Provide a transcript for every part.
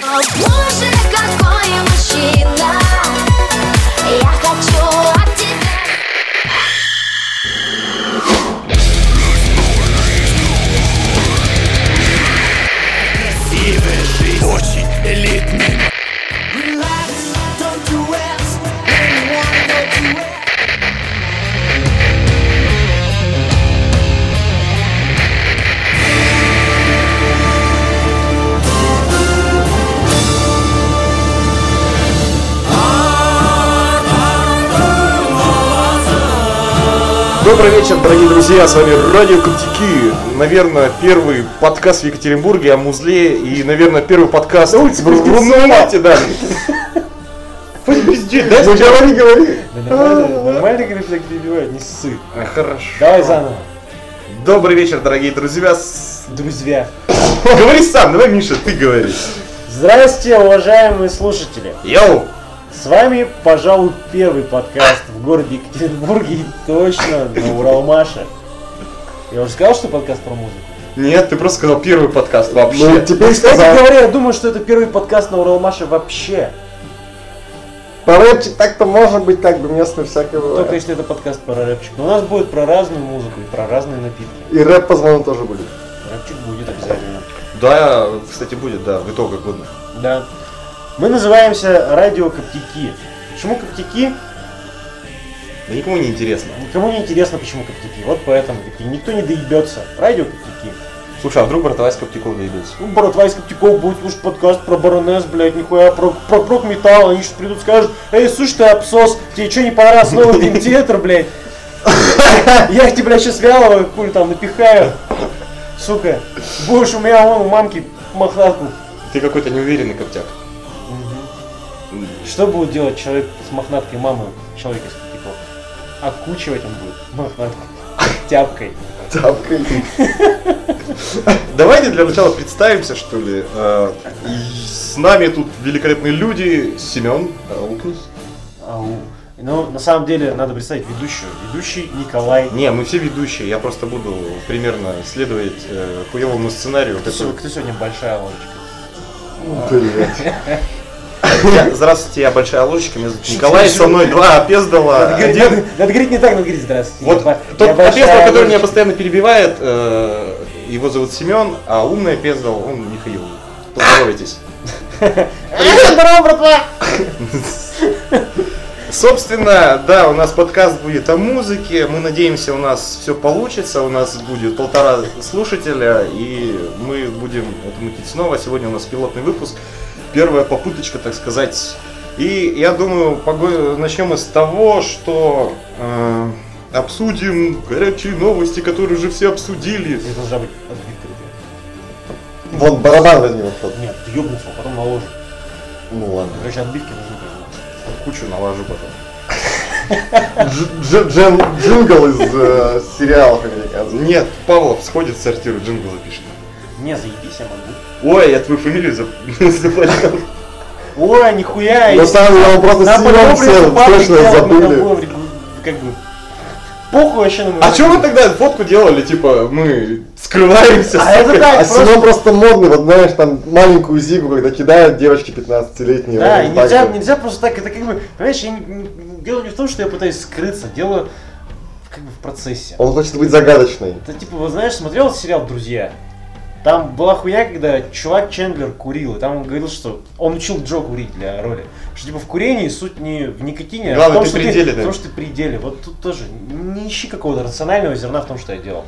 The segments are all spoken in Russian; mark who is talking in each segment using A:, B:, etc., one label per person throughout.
A: О боже, какой мужчина Я хочу от тебя
B: Красивая жизнь, очень элитный
C: Добрый вечер, дорогие друзья, с вами Радио Контики. Наверное, первый подкаст в Екатеринбурге о музле и, наверное, первый подкаст в Рунете, да.
D: Ну говори, говори.
E: Нормально, говорит, так перебивает, не ссы.
C: А, Хорошо.
E: Давай заново.
C: Добрый вечер, дорогие друзья. С-
E: Друзья.
C: Говори сам, давай, Миша, ты говори.
E: Здрасте, уважаемые слушатели.
C: Йоу!
E: С вами, пожалуй, первый подкаст в городе Екатеринбурге и точно на Уралмаше. Я уже сказал, что подкаст про музыку.
C: Нет, ты просто сказал первый подкаст
D: Ну,
C: вообще.
D: теперь
E: Кстати
D: сказал.
E: говоря, я думаю, что это первый подкаст на Уралмаше вообще.
D: По рэпчик так-то может быть как бы местно всякое
E: Только
D: бывает.
E: если это подкаст про рэпчик. Но у нас будет про разную музыку и про разные напитки.
D: И рэп по звону тоже будет.
E: Рэпчик будет обязательно.
C: Да, кстати, будет, да, в итогах года.
E: Да. Мы называемся Радио Коптики. Почему Коптики?
C: Да никому не интересно.
E: Никому не интересно, почему коптики. Вот поэтому коптики. Никто не доебется. Радио коптики.
C: Слушай, а вдруг братовая с Коптяком найдется?
E: Ну, братва из коптиков будет слушать подкаст про баронесс, блядь, нихуя, про, про металл. Они сейчас придут скажут, эй, слушай, ты обсос, тебе что не понравился новый вентилятор, блядь? Я их тебе, блядь, сейчас вялого пуль там напихаю. Сука, будешь у меня вон у мамки мохнатку.
C: Ты какой-то неуверенный Коптяк.
E: Что будет делать человек с мохнаткой мамы, человек из коптиков? Окучивать он будет мохнатку. Тяпкой.
D: Тапкой.
C: Давайте для начала представимся, что ли. Э, и С нами тут великолепные люди. Семен, Аукнус.
E: Ау. Ну, на самом деле, надо представить ведущую. Ведущий Николай.
C: Не, мы все ведущие, я просто буду примерно следовать э, хуевому сценарию,
E: Ты,
C: который...
E: сё- ты сегодня большая лодочка.
D: Блядь.
C: Я- Здравствуйте, я Большая Лучка, меня зовут Николай, со мной два опездала.
E: Надо, говорить,
C: Один...
E: надо- надо говорить не так, надо говорить здравствуйте.
C: Вот
E: я бо-
C: тот
E: я большая
C: опездал, который меня
E: лодочка».
C: постоянно перебивает, э, его зовут Семен, а умный опездал, он Михаил. Поздоровайтесь. Собственно, да, у нас подкаст будет о музыке. Мы надеемся, у нас все получится. У нас будет полтора слушателя, и мы будем это мутить снова. Сегодня у нас пилотный выпуск. Первая попыточка, так сказать. И я думаю, пого- начнем мы с того, что э, обсудим горячие новости, которые уже все обсудили.
E: Это должна быть отбивка. ребят.
D: Вон барабан возьми вот тот.
E: Нет, ты ёбнулся, а потом наложишь.
D: Ну ладно.
E: Короче, отбивки нужны. конечно.
C: Кучу налажу потом.
D: Дж- дж- джин- Джингл из э, сериалов американских.
C: Нет, Павлов сходит в сортир, джингл пишет.
E: Не, заебись, я могу.
C: Ой, я твою фамилию зап- запалил.
E: Ой, нихуя.
D: На
E: я-
D: самом деле он просто
E: Нам
D: Семен
E: по-любому
D: все
E: придётся паблик
D: точно
E: делать, мы там
D: забыли.
E: вовремя, Как бы... Похуй вообще на мою
C: А чё
E: жизнь.
C: вы тогда фотку делали, типа, мы скрываемся?
E: А это так,
D: А
E: просто...
D: Семен просто модный, вот знаешь, там маленькую зигу, когда кидают девочки 15-летние.
E: Да, и
D: вот так
E: нельзя,
D: вот.
E: нельзя просто так, это как бы, понимаешь, я не- не- дело не в том, что я пытаюсь скрыться, дело как бы в процессе.
D: Он хочет быть загадочной.
E: Это типа, вот знаешь, смотрел сериал «Друзья»? Там была хуя, когда чувак Чендлер курил, и там он говорил, что он учил Джо курить для роли. Что типа в курении суть не в никотине, а в
C: Главное,
E: том,
C: ты
E: что
C: при деле,
E: ты,
C: да.
E: в том, что ты при деле. Вот тут тоже не ищи какого-то рационального зерна в том, что я делал.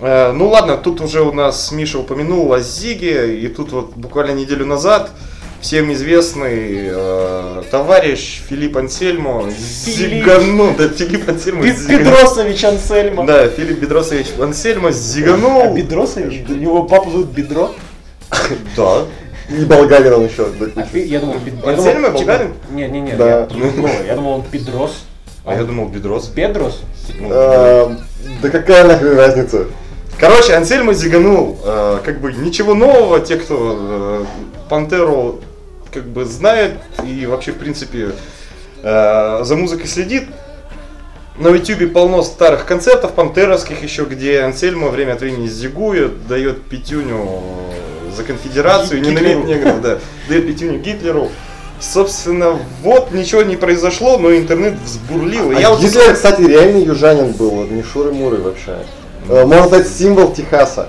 C: Э, Ну ладно, тут уже у нас Миша упомянул о Зиге, и тут вот буквально неделю назад всем известный э, товарищ Филипп Ансельмо
E: Филипп.
C: зиганул. Да, Филипп Ансельмо
E: Пе-
C: зиганул.
E: Педросович Ансельма.
C: Да, ну, Филипп Бедросович Ансельмо
E: А
C: зиганул.
E: Бедросович? У него папу зовут Бедро?
C: Да.
D: И болгарин он еще. до
E: А
D: кучи.
E: пи- я думал, пид-
C: Он
E: я
C: сильно
E: думал,
C: болгарин?
E: Не, не, не,
D: Да.
E: я другого. Я думал, он Педрос.
C: А я думал, Бедрос. Ну,
E: Педрос?
D: Эм, Да какая нахрен разница?
C: Короче, Ансельмо зиганул. Э, Как бы ничего нового, те, кто э, Пантеру как бы знает и вообще, в принципе, э, за музыкой следит. На ютюбе полно старых концертов пантеровских еще, где Ансельмо время от времени зигует, дает пятюню э, за конфедерацию,
E: Гитлер.
C: ненавидит негров, да, дает пятюню Гитлеру. Собственно, вот ничего не произошло, но интернет взбурлил. и
D: А
C: я вот
D: Гитлер, кстати, реальный южанин был, вот не шуры-муры вообще. Э, Может, это символ Техаса.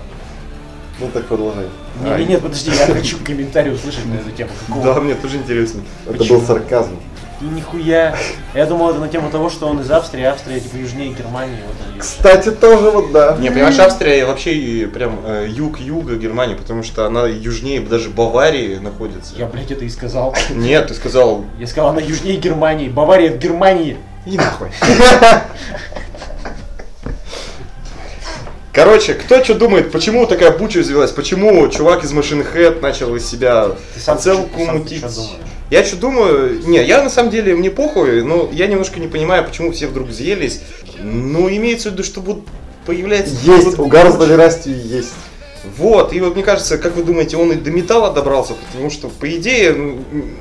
D: Ну так продолжай.
E: Не, не, нет, подожди, я хочу комментарий услышать на эту тему. Какого?
C: Да, мне тоже интересно.
D: Это
E: Почему?
D: был сарказм.
E: И нихуя. Я думал, это на тему того, что он из Австрии, Австрия типа южнее Германии. Вот они.
D: Кстати, тоже вот да.
C: Не, понимаешь, Австрия вообще и прям э, юг юга Германии, потому что она южнее даже Баварии находится.
E: Я, блядь, это и сказал.
C: Нет, ты сказал,
E: Я сказал, она южнее Германии. Бавария в Германии.
C: и нахуй. Короче, кто что думает, почему такая буча развелась, почему чувак из Машин Head начал из себя
E: Ты сам
C: целку
E: чё- сам
C: мутить?
E: чё думаешь?
C: Я что думаю, не, я на самом деле мне похуй, но я немножко не понимаю, почему все вдруг взъелись. Но имеется в виду, что вот появляется...
D: Есть,
C: вот-
D: угар с долерастью есть.
C: Вот, и вот мне кажется, как вы думаете, он и до металла добрался, потому что, по идее, ну, м,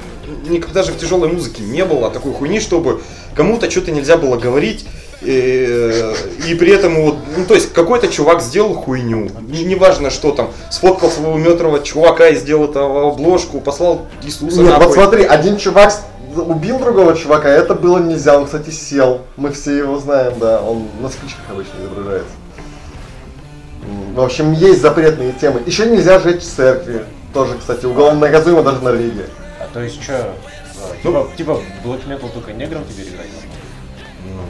C: никогда же в тяжелой музыке не было такой хуйни, чтобы кому-то что-то нельзя было говорить, э, и при этом вот, ну то есть какой-то чувак сделал хуйню, Н- неважно что там, сфоткал своего метрового чувака и сделал это в обложку, послал Иисуса
D: Нет,
C: нахуй.
D: вот смотри, один чувак с- убил другого чувака, это было нельзя, он, кстати, сел. Мы все его знаем, да, он на спичках обычно изображается. М, В общем, есть запретные темы. Еще нельзя жечь церкви. Тоже, кстати, уголовно наказуемо даже в Норвегии.
E: А то есть что?
C: Ну.
E: Типа, типа Black Metal только неграм теперь играть?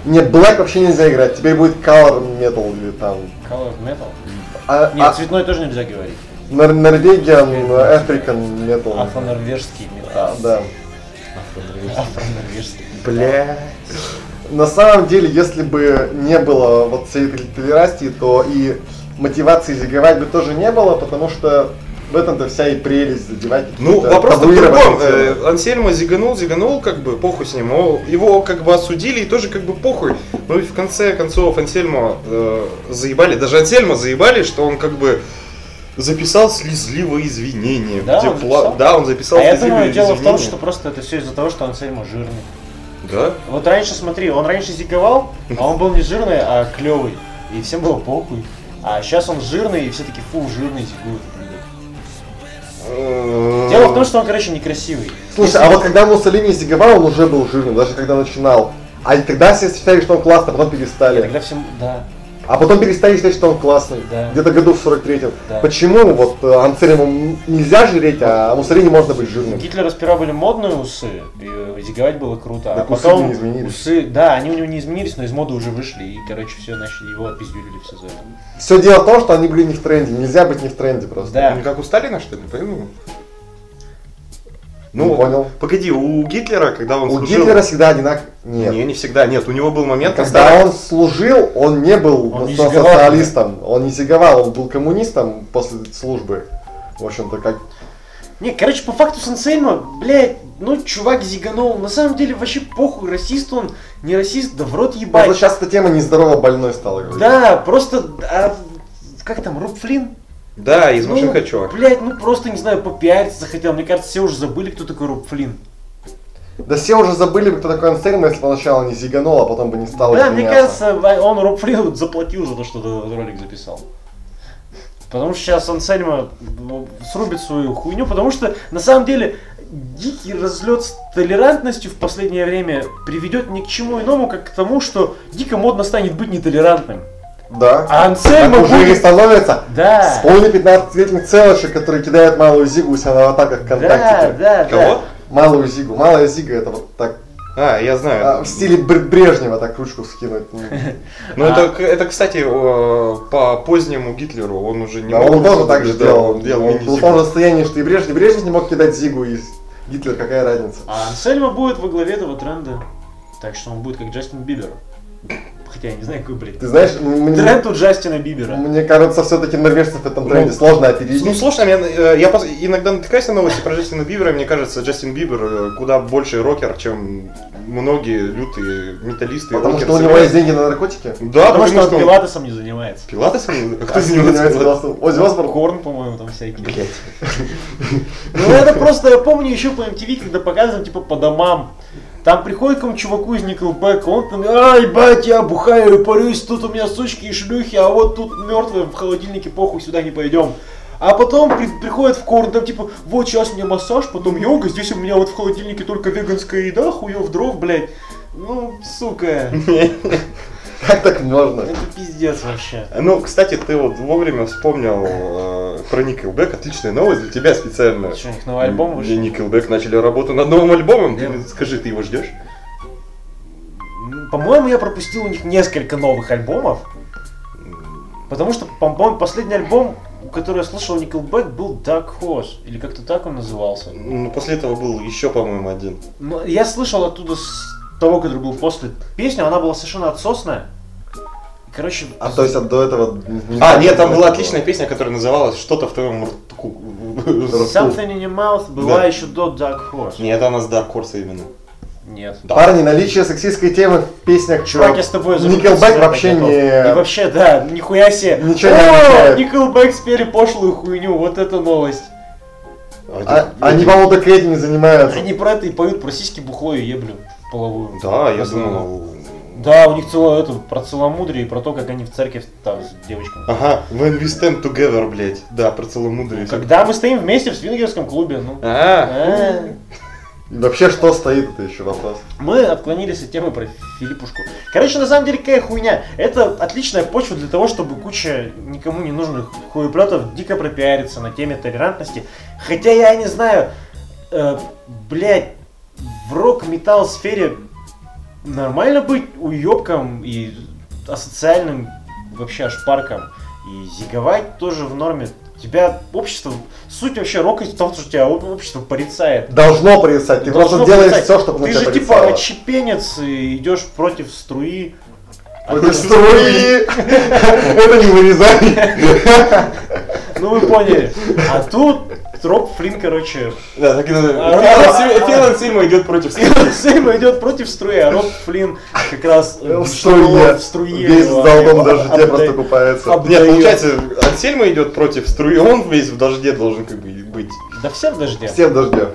D: Нет, Black вообще нельзя играть, теперь будет Color Metal или там...
E: Color Metal?
D: А,
E: Нет,
D: а-
E: цветной тоже нельзя говорить.
D: Нор- Norwegian African Metal.
E: Афро-норвежский металл.
D: А, да.
E: Афро-норвежский.
D: Бля. На самом деле, если бы не было вот всей этой толерастии, то и мотивации загревать бы тоже не было, потому что в этом-то вся и прелесть задевать.
C: Ну,
D: какие-то
C: вопрос в другом.
D: табуированные темы.
C: Э, Ансельма зиганул, зиганул, как бы, похуй с ним. О, Его как бы осудили и тоже как бы похуй. Но ведь в конце концов Ансельма э, заебали, даже Ансельма заебали, что он как бы записал слезливое извинение.
E: Да,
C: где
E: он
C: пла-
E: записал?
C: да, он записал
E: А я
C: слезливое
E: думаю, дело в том,
C: извинение.
E: что просто это все из-за того, что Ансельмо жирный.
C: Да?
E: Вот раньше, смотри, он раньше зиговал, а он был не жирный, а клевый. И всем было похуй. А сейчас он жирный, и все таки фу, жирный зигует. Дело в том, что он, короче, некрасивый.
D: Слушай, а
C: ну
D: вот когда Муссолини зиговал, он уже был жирным, даже когда начинал. А и тогда все считали, что он классный, а потом
E: И
D: перестали.
E: тогда всем, да.
D: А потом перестали считать, что он классный.
E: Да.
D: Где-то году в 43-м.
E: Да.
D: Почему вот э, Ансельму нельзя жиреть, а Муссолини можно быть
E: У
D: жирным?
E: Гитлера сперва были модные усы, и э, зиговать было круто. а
D: Так усы
E: потом
D: не изменились.
E: усы, да, они у него не изменились, но из моды уже вышли, и, короче, все начали его отпиздюлили все за это.
D: Все дело в том, что они были не в тренде. Нельзя быть не в тренде просто.
E: Да.
C: Ну, Как у Сталина, что ли? Пойму.
D: Ну, понял.
C: Погоди, у Гитлера, когда он
D: У
C: служил...
D: Гитлера всегда одинаково. Нет.
C: Не, не всегда. Нет, у него был момент,
D: Когда он служил, он не был
E: Он не
D: со-
E: зиговал,
D: социалистом. Он не зиговал, он был коммунистом после службы. В общем-то, как...
E: Не, короче, по факту Сенсейма, блядь, ну, чувак зиганул. На самом деле, вообще похуй, расист он, не расист, да в рот
D: Просто
E: ебать.
D: Ну, сейчас эта тема нездорово больной стала. говорить.
E: Да, просто, а, как там, Роб Флинн?
C: Да, из машин
E: ну,
C: чувак.
E: Блядь, ну просто, не знаю, попиариться захотел. Мне кажется, все уже забыли, кто такой Роб Флинн.
D: Да все уже забыли, кто такой Ансельм, если поначалу не зиганул, а потом бы не стал
E: Да,
D: этим
E: мне
D: мясом.
E: кажется, а, он Роб Флинн заплатил за то, что этот ролик записал. Потому что сейчас Ансельма ну, срубит свою хуйню, потому что на самом деле дикий разлет с толерантностью в последнее время приведет ни к чему иному, как к тому, что дико модно станет быть нетолерантным.
D: Да.
E: А
D: Так
E: Ансельма
D: уже и
E: будет...
D: становится.
E: Да.
D: Вспомни 15-летних целочек, которые кидают малую зигу у себя на атаках
E: Да,
D: ВКонтакте.
E: да,
C: Кого?
D: Малую зигу. Малая зига это вот так
C: А, я знаю.
D: а, в стиле Бр- Брежнева так ручку скинуть. Ну,
C: Ну,
E: А.
C: это, к- это, кстати, э, по позднему Гитлеру он уже не
D: а
C: мог
D: он тоже
C: уже
D: так же
C: да,
D: делал.
C: Он делал
D: Он был в том же
C: мини-зигу.
D: состоянии, что и Брежнев. Брежнев не мог кидать зигу и Гитлер, какая разница.
E: А Ансельма будет во главе этого тренда. Так что он будет как Джастин Бибер. Хотя я не знаю, какой, блядь.
D: Ты знаешь, м- мне,
E: Тренд у Джастина Бибера.
D: мне кажется, все-таки норвежцев в этом тренде
C: Ну,
D: сложно опередить.
C: Ну, сложно, я, э, я пос- иногда натыкаюсь на новости про Джастина Бибера, и мне кажется, Джастин Бибер э, куда больше рокер, чем многие лютые металлисты. и
D: потому что у
C: рокерсы.
D: него есть деньги на наркотики.
C: Да,
E: потому что он
C: он-
E: пилатесом не занимается.
C: Пилатесом? А Кто
D: А занимается
C: занимается
D: голосом? Оззи Осборн.
E: Корн, по-моему, там всякие. Ну это просто, я помню еще по MTV, когда показывали, типа, по домам. Там приходит к какому-то чуваку из Николбека, он там, ай, бать, я бухаю и парюсь, тут у меня сучки и шлюхи, а вот тут мертвые в холодильнике, похуй, сюда не пойдем. А потом при- приходят в корн, там типа, вот сейчас у меня массаж, потом йога, здесь у меня вот в холодильнике только веганская еда, хуев дров, блядь. Ну, сука,
D: Как так можно?
E: это пиздец вообще.
C: Ну, кстати, ты вот вовремя вспомнил э, про Nickelback. Отличная новость для тебя специально.
E: Что, у них новый альбом вышел?
C: Nickelback начали работу над новым альбомом. Ты скажи, ты его ждешь?
E: М, По-моему, я пропустил у них несколько новых альбомов. Потому что, по-моему, последний альбом, который я слышал Nickelback, был Dark Horse. Или как-то так он назывался.
C: Ну, после этого был еще, по-моему, один.
E: Ну, я слышал оттуда с того, который был после песню, она была совершенно отсосная. Короче,
D: А то есть от до этого... не
C: А,
D: так
C: нет, там
D: было.
C: была отличная песня, которая называлась «Что-то в твоем рту».
E: Something in your mouth была
C: Да.
E: еще до Dark Horse.
C: Нет, она с Dark Horse именно.
E: Нет.
C: Да.
D: Парни, наличие сексистской темы в песнях
E: Чувак, я с тобой за
D: Никелбэк
E: Nickelback
D: вообще
E: готов. И
D: не...
E: вообще, да, нихуя себе.
D: Ничего не
E: О,
D: означает.
E: Nickelback спели пошлую хуйню, вот это новость.
D: А-
C: Ну,
D: Они, по-моему, так этим не занимаются.
E: Они про это и поют про сиськи, бухло и еблю половую.
C: Да, я
E: Подумал.
C: думал...
E: Да, у них целое это про целомудрие и про то, как они в церкви там с девочками.
C: Ага, When We Stand Together, блядь. Да, про целомудрие.
E: Когда мы стоим вместе в свингерском клубе, ну.
C: А,
E: Э.
D: И вообще, что стоит, это еще вопрос.
E: Мы отклонились от темы про Филиппушку. Короче, на самом деле, какая хуйня. Это отличная почва для того, чтобы куча никому не нужных хуеплетов дико пропиариться на теме толерантности. Хотя я не знаю, э, блядь, в рок-метал сфере нормально быть уебком и асоциальным вообще шпарком. И зиговать тоже в норме. Тебя общество... Суть вообще рока в том, что тебя об- общество порицает.
D: Должно порицать, ты
E: Должно
D: просто делаешь
E: порицать.
D: все, чтобы на
E: Ты
D: тебя
E: же
D: порицало.
E: типа отщепенец и идешь против струи.
D: Ой, ты струи! Это не вырезание.
E: Ну вы поняли. А тут Троп Флин, короче.
C: да, так и
E: А,
C: надо. Филан Сильма идет против
E: Сэм идет против струи, а Роб Флин как раз э, шел
D: В струе.
E: в струе.
D: Весь
E: его, А,
D: в долгом
E: его
D: дожде
E: обда-
D: просто купается.
E: об-
C: Нет,
E: Да и-
C: получается, Ансельма идет против струи, он весь в дожде должен как бы и быть.
E: Да все в дожде.
D: Все в дожде.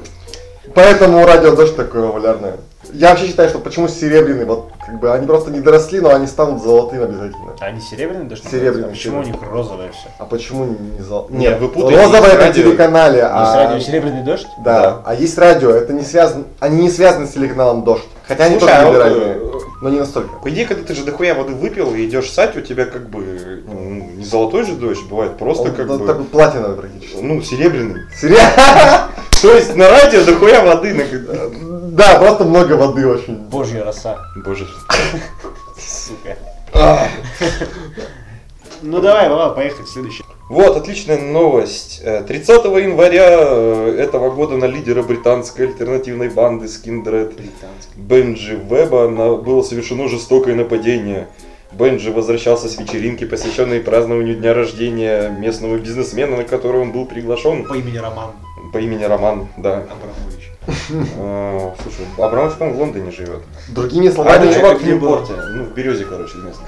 D: Поэтому радио дождь такое популярное. Я вообще считаю, что почему серебряный, вот как бы они просто не доросли, но они станут золотыми обязательно.
E: А они серебряные даже?
D: Серебряные,
E: Почему у них розовое все?
D: А почему не золотые?
C: Нет, вы путаете,
D: Розовое
C: есть
D: это
C: радио.
D: телеканале,
E: Есть
D: а...
E: радио серебряный дождь?
D: Да.
C: Да.
D: а есть радио, это не связано, они не связаны с телеканалом Дождь. Хотя они
C: Слушай,
D: тоже
C: а вот,
D: либеральные,
C: э,
D: но не настолько.
C: По идее, когда ты же дохуя воды выпил и идешь сать, у тебя как бы ну, не золотой же дождь, бывает просто
D: Он
C: как
D: да-
C: бы...
D: такой платиновый практически.
C: Ну, серебряный.
D: Серьезно?
C: То есть на радио дохуя воды. на-
D: Да, просто много воды очень.
E: Божья роса.
C: Боже.
E: Сука.
C: А,
E: Ну давай, давай, поехали, следующий.
C: Вот, отличная новость. Э, 30 января э, этого года на лидера британской альтернативной банды Skindread Бенджи Веба на- было совершено жестокое нападение. Бенджи возвращался с вечеринки, посвященной празднованию дня рождения местного бизнесмена, на которого он был приглашен
E: По имени Роман
C: по имени Роман, да.
E: Абрамович.
C: Э, Слушай, Абрамов, по-моему, в Лондоне живет.
D: Другими
C: А
D: словами,
C: это чувак в
E: не было.
C: Ньюпорте, ну, в Березе, короче, местный.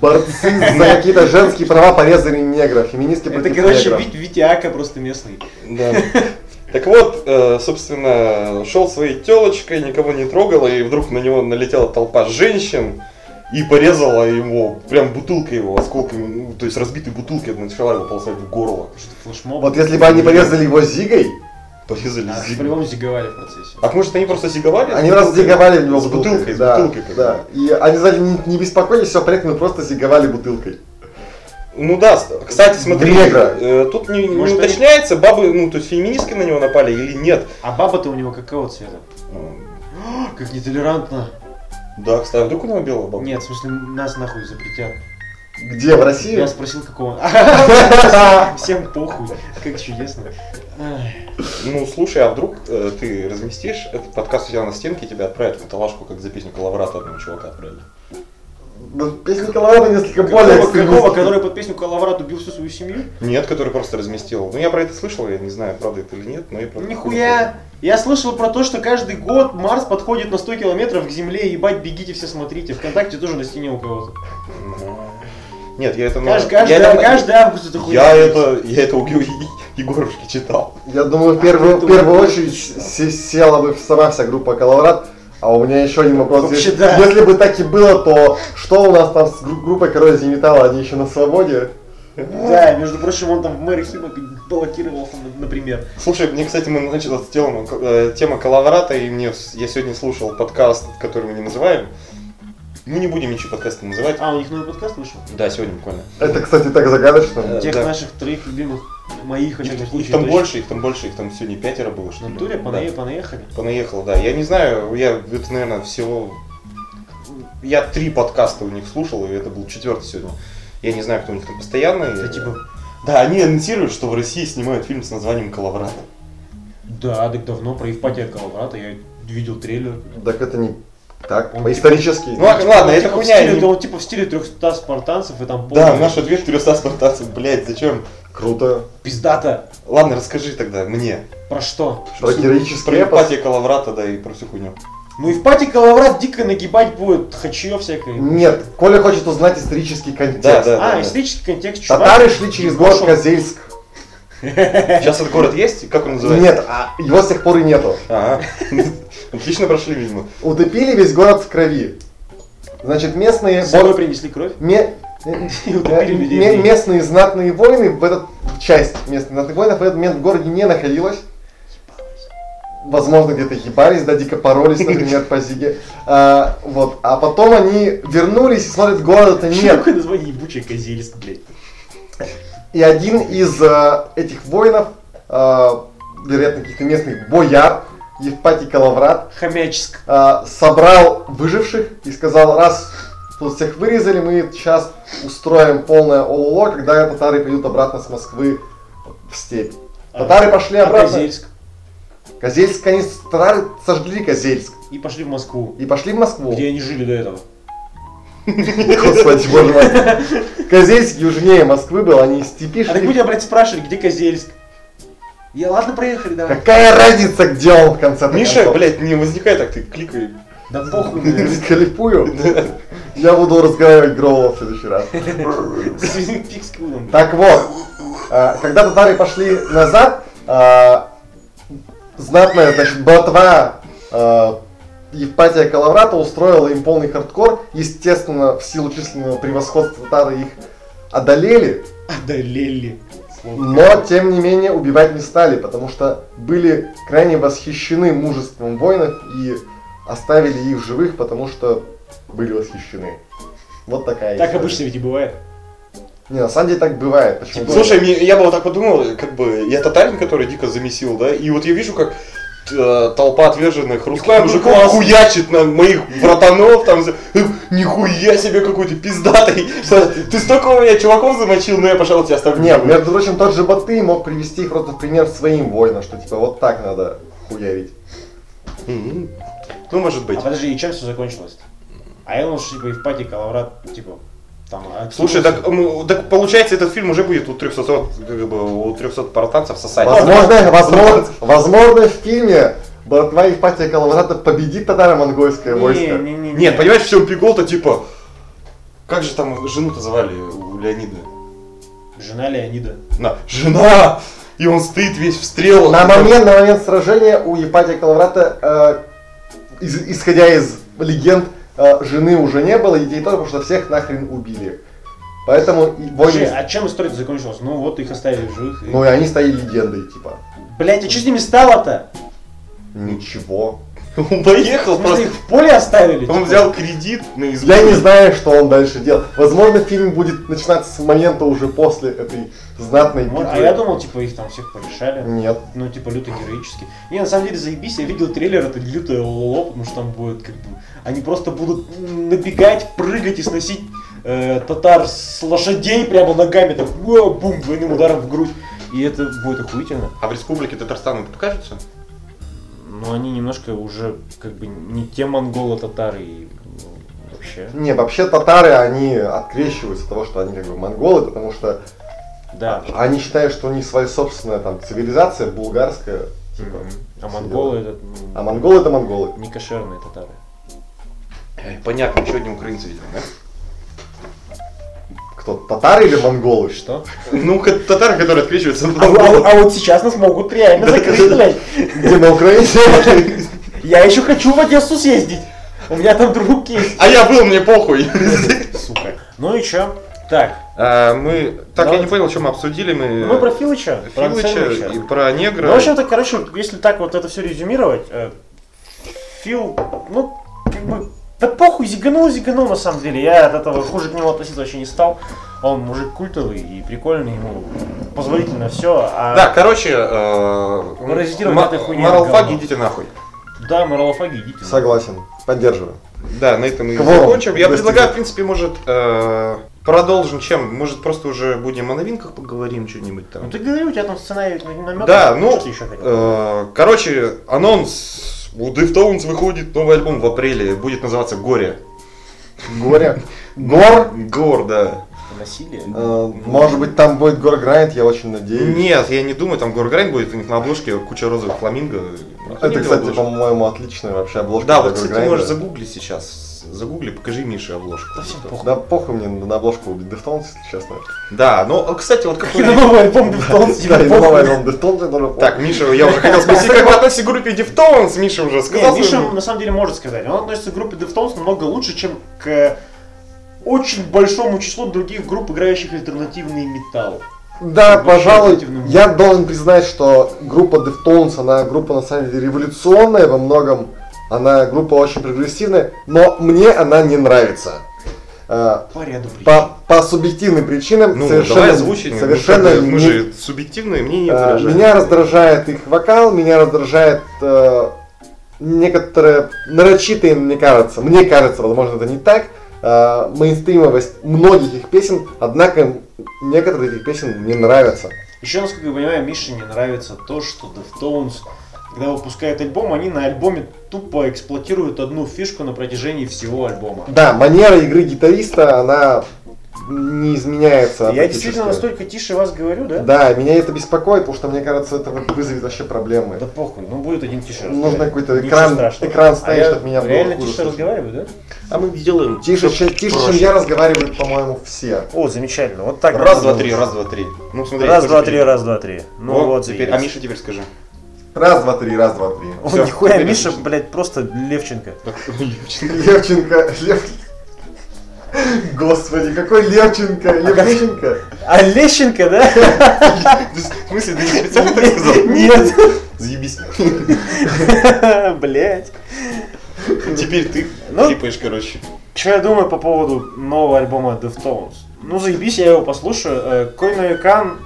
D: борцы за какие-то женские права порезали негров, феминистки
E: Это,
D: против
E: короче,
D: негров.
E: Вит- Витяка просто местный.
C: Да. Так вот, э, собственно, шел своей телочкой, никого не трогал, и вдруг на него налетела толпа женщин и порезала его, прям бутылкой его, осколками, ну, то есть разбитой бутылки, начала его полоснуть в горло.
E: Что-то флешмоб.
D: Вот если бы они порезали его зигой,
C: Порезали
E: А,
C: зиг.
E: по-любому зиговали в процессе.
C: А может они просто зиговали?
D: они раз зиговали в него
C: С бутылкой, с
D: да,
C: бутылкой, как
D: да. И они, знаете, не, не беспокоились, все порядок, но просто зиговали бутылкой.
C: Ну да, с- кстати, смотри,
D: Негра.
C: э, тут не, не
E: Может, они-
C: уточняется, бабы, ну то есть феминистки на него напали или нет.
E: А баба-то у него какого цвета? О, Как нетолерантно.
C: Да, кстати, а вдруг у него белая баба?
E: Нет, в смысле, нас нахуй запретят.
D: Где, в России?
E: Я спросил, какого. Всем похуй. Как чудесно. Ай.
C: Ну слушай, а вдруг э, ты разместишь этот подкаст у тебя на стенке, и тебя отправят в каталажку, как за песню коллабората одного чувака отправили.
D: Да, Песня Колорада Ну, несколько более
E: Какого, какого,
D: экстремистская.
E: который под песню Калаврат убил всю свою семью?
C: Нет, который просто разместил. Ну я про это слышал, я не знаю, правда это или нет, но я про это слышал.
E: Нихуя. Я слышал про то, что каждый год Марс подходит на 100 километров к Земле, ебать, бегите все смотрите. Вконтакте тоже на стене у кого-то.
C: М. Ну. Нет, я это... на-
E: Каждый,
C: Ну, я это-
E: каждый, каждый август это хуйня.
C: Я это, я это у Ге- Егорушки читал.
D: Я думаю, в первую, в
E: ты
D: первую
E: думаешь,
D: очередь се- села бы сама вся группа Колорад. А у меня еще один вопрос.
E: Вообще,
D: есть.
E: да.
D: Если бы так и было, то что у нас там с гру- группой Коррозии Металла? Они еще на свободе?
E: Да, между прочим, он там в мэре Хима баллотировался, на- например.
C: Слушай, мне, кстати, мы начали с тема, э, тема коловрата, и мне с- я сегодня слушал подкаст, который мы не называем. Мы не будем ничего подкаста называть.
E: А, у них новый подкаст вышел?
C: Да, сегодня буквально.
D: Это, кстати, так загадочно.
C: Э,
E: Тех
C: да.
E: наших троих любимых, моих, они
C: Их,
E: там
C: их
E: куча.
C: там
E: точно.
C: больше, их там больше, их там сегодня пятеро было,
E: В
C: что ли.
E: натуре
C: Да.
E: понае- понаехали.
C: Понаехал, Типа, да. Я не знаю, я это, наверное, всего... Я три подкаста у них слушал, и это был четвертый сегодня. Я не знаю, кто у них там постоянный.
E: Это типа,
C: Да, они анонсируют, что в России снимают фильм с названием «Коловрат».
E: да, так давно про Евпатия Коловрата, я видел трейлер.
D: Так это не так,
E: Он
D: исторически.
C: Ну, а- ладно, это
E: типа в
C: хуйня.
E: стиле-
C: не-
E: Он типа в стиле 300 спартанцев, и там
C: Да,
E: полный
C: наш ответ 300 спартанцев, блядь, зачем?
D: Круто.
E: пиздата.
C: Ладно, расскажи тогда мне.
E: Про что?
D: Про героический
C: Про
D: эпос.
C: Евпатия Коловрата, да, и про всю хуйню.
E: Ну Евпатий Коловрат дико нагибать будет, хачье всякое.
D: Нет, Коля хочет узнать исторический контекст.
C: Да, да.
E: А, исторический контекст, чувак.
D: Татары шли через город
E: пошел-
D: Козельск.
C: Сейчас этот город есть? Как он называется?
D: Нет, а его с тех пор и нету.
C: Ага. Отлично прошли, видимо.
D: Утопили весь город в крови. Значит, местные...
E: С собой
D: бо-
E: принесли кровь.
D: ме-
E: И
D: Э,
E: утопили людей.
D: ме- местные знатные войны в этот часть местных знатных воинов в этот момент в городе не находилась. Возможно, где-то ебались, да, дико поролись, например, по Зиге. А, вот. а потом они вернулись и смотрят, города-то
E: Чё
D: нет.
E: Такое название ебучая Козельск, блядь.
D: И один из э, этих воинов, э, вероятно, каких-то местных бояр, Евпатий Калаврат,
E: Хомячск.
D: а, собрал выживших и сказал, раз тут всех вырезали, мы сейчас устроим полное ОЛО, когда татары придут обратно с Москвы в степь. Татары пошли
E: А
D: обратно.
E: Козельск.
D: Козельск, они, с- татары сожгли Козельск
E: И пошли в Москву.
D: и пошли в Москву.
E: Где они жили до этого.
D: Господи, боже мой. Козельск южнее Москвы был, они из степи
E: А так мы
D: шли.
E: тебя, блядь, спрашивали, где Козельск? Я, ладно, проехали, давай.
D: Какая разница, где он в конце
C: Миша, блядь, не возникай так, ты кликай.
E: Да похуй, блядь.
D: Калипую. Я буду разговаривать Гроула в следующий раз.
E: Пик с кудом.
D: Так вот, а, когда татары пошли назад, а, знатная, значит, ботва а, Евпатия Калаврата устроила им полный хардкор. Естественно, в силу численного превосходства татары их одолели,
E: Одолели. Слово.
D: но, тем не менее, убивать не стали, потому что были крайне восхищены мужеством воинов и оставили их в живых, потому что были восхищены. Вот такая
E: Так
D: история.
E: обычно Типа, ведь и бывает.
D: Не, на самом деле так бывает. Почему?
C: Слушай, мне- я бы вот так подумал, как бы, я татарин, который дико замесил, да, и вот я вижу, как э, толпа отверженных русских
E: Какой
C: мужиков
E: класс.
C: хуячит на моих братанов, там, за- «Э, нихуя себе какой-то пиздатый, ты столько у меня чуваков замочил, но я, пожалуй, тебя оставлю.
D: Не, между прочим, тот же Баты мог привести просто в пример своим воинам, что типа вот так надо хуярить.
C: Мгм. Ну, может быть.
E: А подожди, и чем все закончилось? А я думал, что типа Евпатий Калаврат, типа, там... откинулся.
C: Слушай, так, м, так получается, этот фильм уже будет у 300, как бы, у 300 спартанцев сосать. Ну,
D: Возможно, возможно, возможно в фильме братва Евпатия Калаврата победит татаро-монгольское
E: Не,
D: войско.
E: не, не,
C: Нет, понимаешь, в чем прикол-то, типа, как же там жену-то звали у Леонида?
E: Жена Леонида.
C: На, жена! И он стоит весь в стрелах.
D: На момент, на момент сражения у Евпатия Калаврата, э, из- исходя из легенд, э, жены уже не было, и детей тоже, потому что всех нахрен убили. Поэтому и
E: Слушай,
D: войны...
E: а чем история закончилась? Ну вот их оставили в живых. и-
D: Ну и они стали легендой, типа.
E: Блять, а что с ними стало-то?
D: Ничего.
C: Он поехал
E: В смысле,
C: просто.
E: их в поле оставили?
C: Он
E: типа?
C: взял кредит на избу.
D: Я не знаю, что он дальше делал. Возможно, фильм будет начинаться с момента уже после этой знатной битвы.
E: Вот, А я думал, типа, их там всех порешали.
D: Нет.
E: Ну, типа, люто героически. Не, на самом деле, заебись, я видел трейлер, это лютое лоло, потому что там будет, как бы, они просто будут набегать, прыгать и сносить э, татар с лошадей прямо ногами, так, уа, бум, двойным ударом в грудь. И это будет охуительно.
C: А в республике Татарстан это покажется?
E: Но они немножко уже, как бы, не те монголо-татары и ну, вообще.
D: Не, вообще татары, они открещиваются от того, что они как бы монголы, потому что
E: Да.
D: они считают, что у них своя собственная там цивилизация булгарская. типа.
E: Мгм. А монголы это
D: А
E: ну,
D: монголы это монголы.
E: не кошерные татары.
C: Эй, Э, Понятно, еще одни украинцы, видимо, да?
D: Кто, татары или монголы?
E: Что?
C: Ну, ка- татары, которые открещиваются.
E: А, а- а вот сейчас нас могут реально закрыть, блядь.
D: Где на Украине?
E: Я еще хочу в Одессу съездить. У меня там друг есть.
C: А я был, мне похуй.
E: Сука. Ну и чё? Так,
C: А, мы. Так, я
E: Давайте.
C: не понял, что мы обсудили. Мы,
E: Мы Ну, про Филыча, про
C: Филыча
E: Ансельмовича.
C: и про негра.
E: Ну, в общем-то, короче, если так вот это все резюмировать, э, Фил, ну, как бы, да похуй, зиганул, зиганул, на самом деле. Я от этого хуже к нему относиться вообще не стал. Он мужик культовый и прикольный, ему позволительно все. А...
C: Да, короче, э,
E: Паразитировать
C: ма-
E: этой хуйней
C: Маралфаги
E: говно.
C: идите нахуй.
E: Да, моралофаги, идите.
D: Согласен, поддерживаю.
C: Да, на этом и
D: Кворум
C: закончим. Я
D: достигнут.
C: предлагаю, в принципе, может, э, продолжим чем? Может, просто уже будем о новинках поговорим, что-нибудь
E: Ну
C: там.
E: ты говори, у тебя там сценарий намет.
C: Да, ну,
E: ты еще хотел?
C: э, короче, анонс. У Дифтоунс выходит новый альбом в апреле, будет называться «Горе».
D: Горе. Гор.
C: Гор, да.
E: Насилие.
D: Э, Может быть, там будет Гор Грайнд, я очень надеюсь.
C: Нет, я не думаю, там Гор Грайн будет, у них на обложке куча розовых фламинго.
D: Это, кстати, по-моему, отличная вообще обложка.
C: Да,
D: для
C: вот, кстати,
D: Горграйнда.
C: можешь загуглить сейчас. Загугли, покажи Мише обложку.
D: Да похуй мне на обложку Дефтонс, если честно.
C: Да, ну, а, кстати, вот
E: И на
C: какой...
E: новый альбом Дефтонс.
D: Да, и новый альбом Дефтонс я тоже
C: Так,
D: помню.
C: Миша, я уже хотел спросить, как вы относитесь к группе Дифтоунс? Миша уже
E: Не,
C: сказал.
E: Миша
C: свою-
E: на самом деле может сказать. Он относится к группе Deftones намного лучше, чем к очень большому числу других групп, играющих альтернативный металл.
D: Да,
E: Звучит
D: пожалуй,
E: противным.
D: я должен признать, что группа Дефтонс, она группа на самом деле революционная во многом. Она группа очень прогрессивная, но мне она не нравится. Э,
E: По ряду причин.
D: По, по субъективным причинам
C: Ну,
D: совершенно,
C: давай озвучим.
D: совершенно
C: Мы,
D: не-
C: же субъективные мнения
D: Э,
C: выражаем.
D: Меня раздражает их вокал, меня раздражает э, некоторые нарочитые, мне кажется, мне кажется, возможно, это не так, э, мейнстримовость многих их песен, однако некоторые из этих песен мне нравятся.
E: Еще, насколько я понимаю, Мише не нравится то, что Deftones, когда выпускают альбом, они на альбоме тупо эксплуатируют одну фишку на протяжении всего альбома.
D: Да, манера игры гитариста, она не изменяется.
E: Я
D: практически.
E: действительно настолько тише вас говорю, да?
D: Да, меня это беспокоит, потому что, мне кажется, это вызовет вообще проблемы.
E: Да похуй, ну будет один тише
D: Нужно
E: разговаривать.
D: какой-то
E: Ничего
D: экран-
E: страшного. А
D: экран ставить,
E: я
D: чтоб меня было
E: Реально
D: хуже
E: тише
D: слышно.
E: разговариваю, да?
C: А мы делаем...
D: Тише, чем- тише, чем
C: проще.
D: я разговаривают, по-моему, все.
E: О, замечательно. Вот так.
C: Раз, два, три, раз, два, три. Ну, смотри.
E: Раз,
C: тоже
E: два, три,
C: перед-
E: раз, два, три. Ну
C: Вот,
E: вот,
C: теперь.
E: заебись.
C: А Миша теперь скажи.
D: Раз, два, три, раз, два, три.
E: О,
C: Всё,
E: нихуя,
C: теперь
E: Миша,
C: отлично.
E: блядь, просто Левченко.
D: Левченко, Лев... Господи, какой Левченко, Левченко.
E: А Лещенко, да?
C: В смысле, ты не специально так сказал?
E: Нет.
C: Заебись.
E: Блять.
C: Теперь ты
E: Ну.
C: клипаешь, короче.
E: Что я думаю по поводу нового альбома Deftones? Ну, заебись, я его послушаю. Э, Кой на Экан,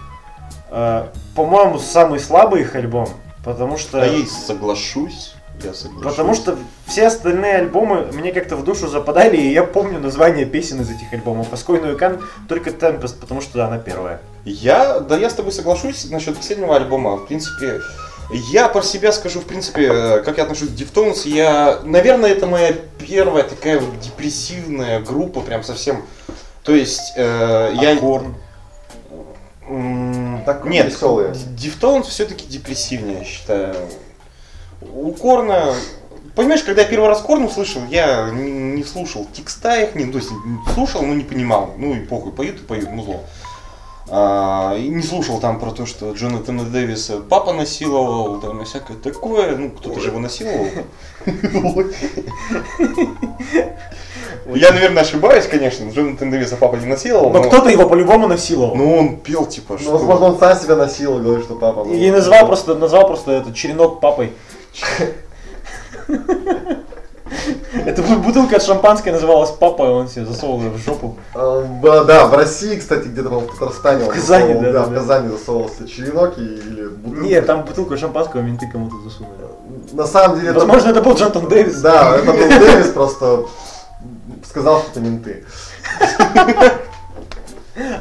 E: э, по-моему, самый слабый их альбом. Потому что...
C: А я и соглашусь. Я соглашусь.
E: Потому что все остальные альбомы мне как-то в душу западали, и я помню название песен из этих альбомов. А Скойную Кан только Tempest, потому что она первая.
C: Я, да, я с тобой соглашусь насчет последнего альбома. В принципе, я про себя скажу, в принципе, э, как я отношусь к Дифтонс. Я, наверное, это моя первая такая вот депрессивная группа, прям совсем. То есть, э, я...
E: Корн.
C: М,
D: Так,
C: Нет,
D: весёлые.
C: Дифтонс все-таки депрессивнее, я считаю. У Корна... Понимаешь, когда я первый раз Корн услышал, я не не слушал текста их, не, то есть слушал, но не понимал. Ну и похуй, поют и поют, музло. А, и не слушал там про то, что Джонатана Дэвиса папа насиловал, там и всякое такое. Ну, кто-то же его насиловал. Я, наверное, ошибаюсь, конечно, Джонатан Дэвиса папа не насиловал.
E: Но кто-то его по-любому насиловал.
C: Ну, он пел, типа,
D: Ну, возможно, он сам себя насиловал, говорит, что папа. был.
E: И назвал просто, назвал просто этот черенок папой. Это бу- бутылка от шампанское называлась папа, и он себе засовывал ее в жопу.
D: А, б- Да, в России, кстати, где-то по-моему, в Татарстане. он
E: Казани,
D: засовывал,
E: да,
D: да.
E: да,
D: в
E: да.
D: Казани засовывался черенок и- или бутылка.
E: Нет, там бутылку шампанского менты кому-то засунули.
D: На самом деле... это-
E: Возможно, это был Джонатан Дэвис.
D: Да, это был Дэвис просто сказал, что это менты.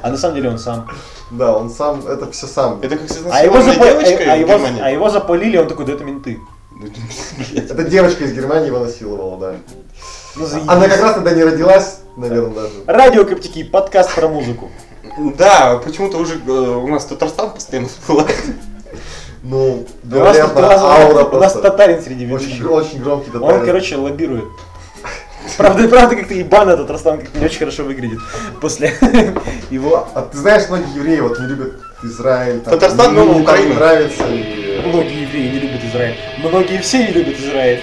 E: А на самом деле он сам.
D: Да, он сам, это все сам.
C: Это как с
E: А его,
C: изнасилованной
E: запа-
C: девочкой
E: а- а
C: в
E: его-
C: Германии.
E: а его запалили, он такой, да это менты.
C: Блядь.
D: Это девочка из Германии его насиловала, да.
E: Ну, заебись.
D: Она как раз тогда не родилась, наверное, даже.
E: Радио Коптики, подкаст про музыку.
C: Да, почему-то уже э, у нас Татарстан постоянно всплывает.
D: Ну,
E: У нас, тут- у
D: вероятно,
E: нас-
D: аура
E: у нас
D: просто.
E: татарин среди
D: Очень,
E: ведущих.
D: очень громкий татарин.
E: Он, короче, лоббирует. Правда, правда, как-то ебаный этот Ростан как-то не очень хорошо выглядит после его
D: А ты знаешь, многие евреи вот не любят Израиль. Там,
C: Татарстан,
D: ну,
C: ну,
D: там
C: Украина.
D: нравится. и-
E: Многие евреи не любят Израиль. Многие все не любят Израиль.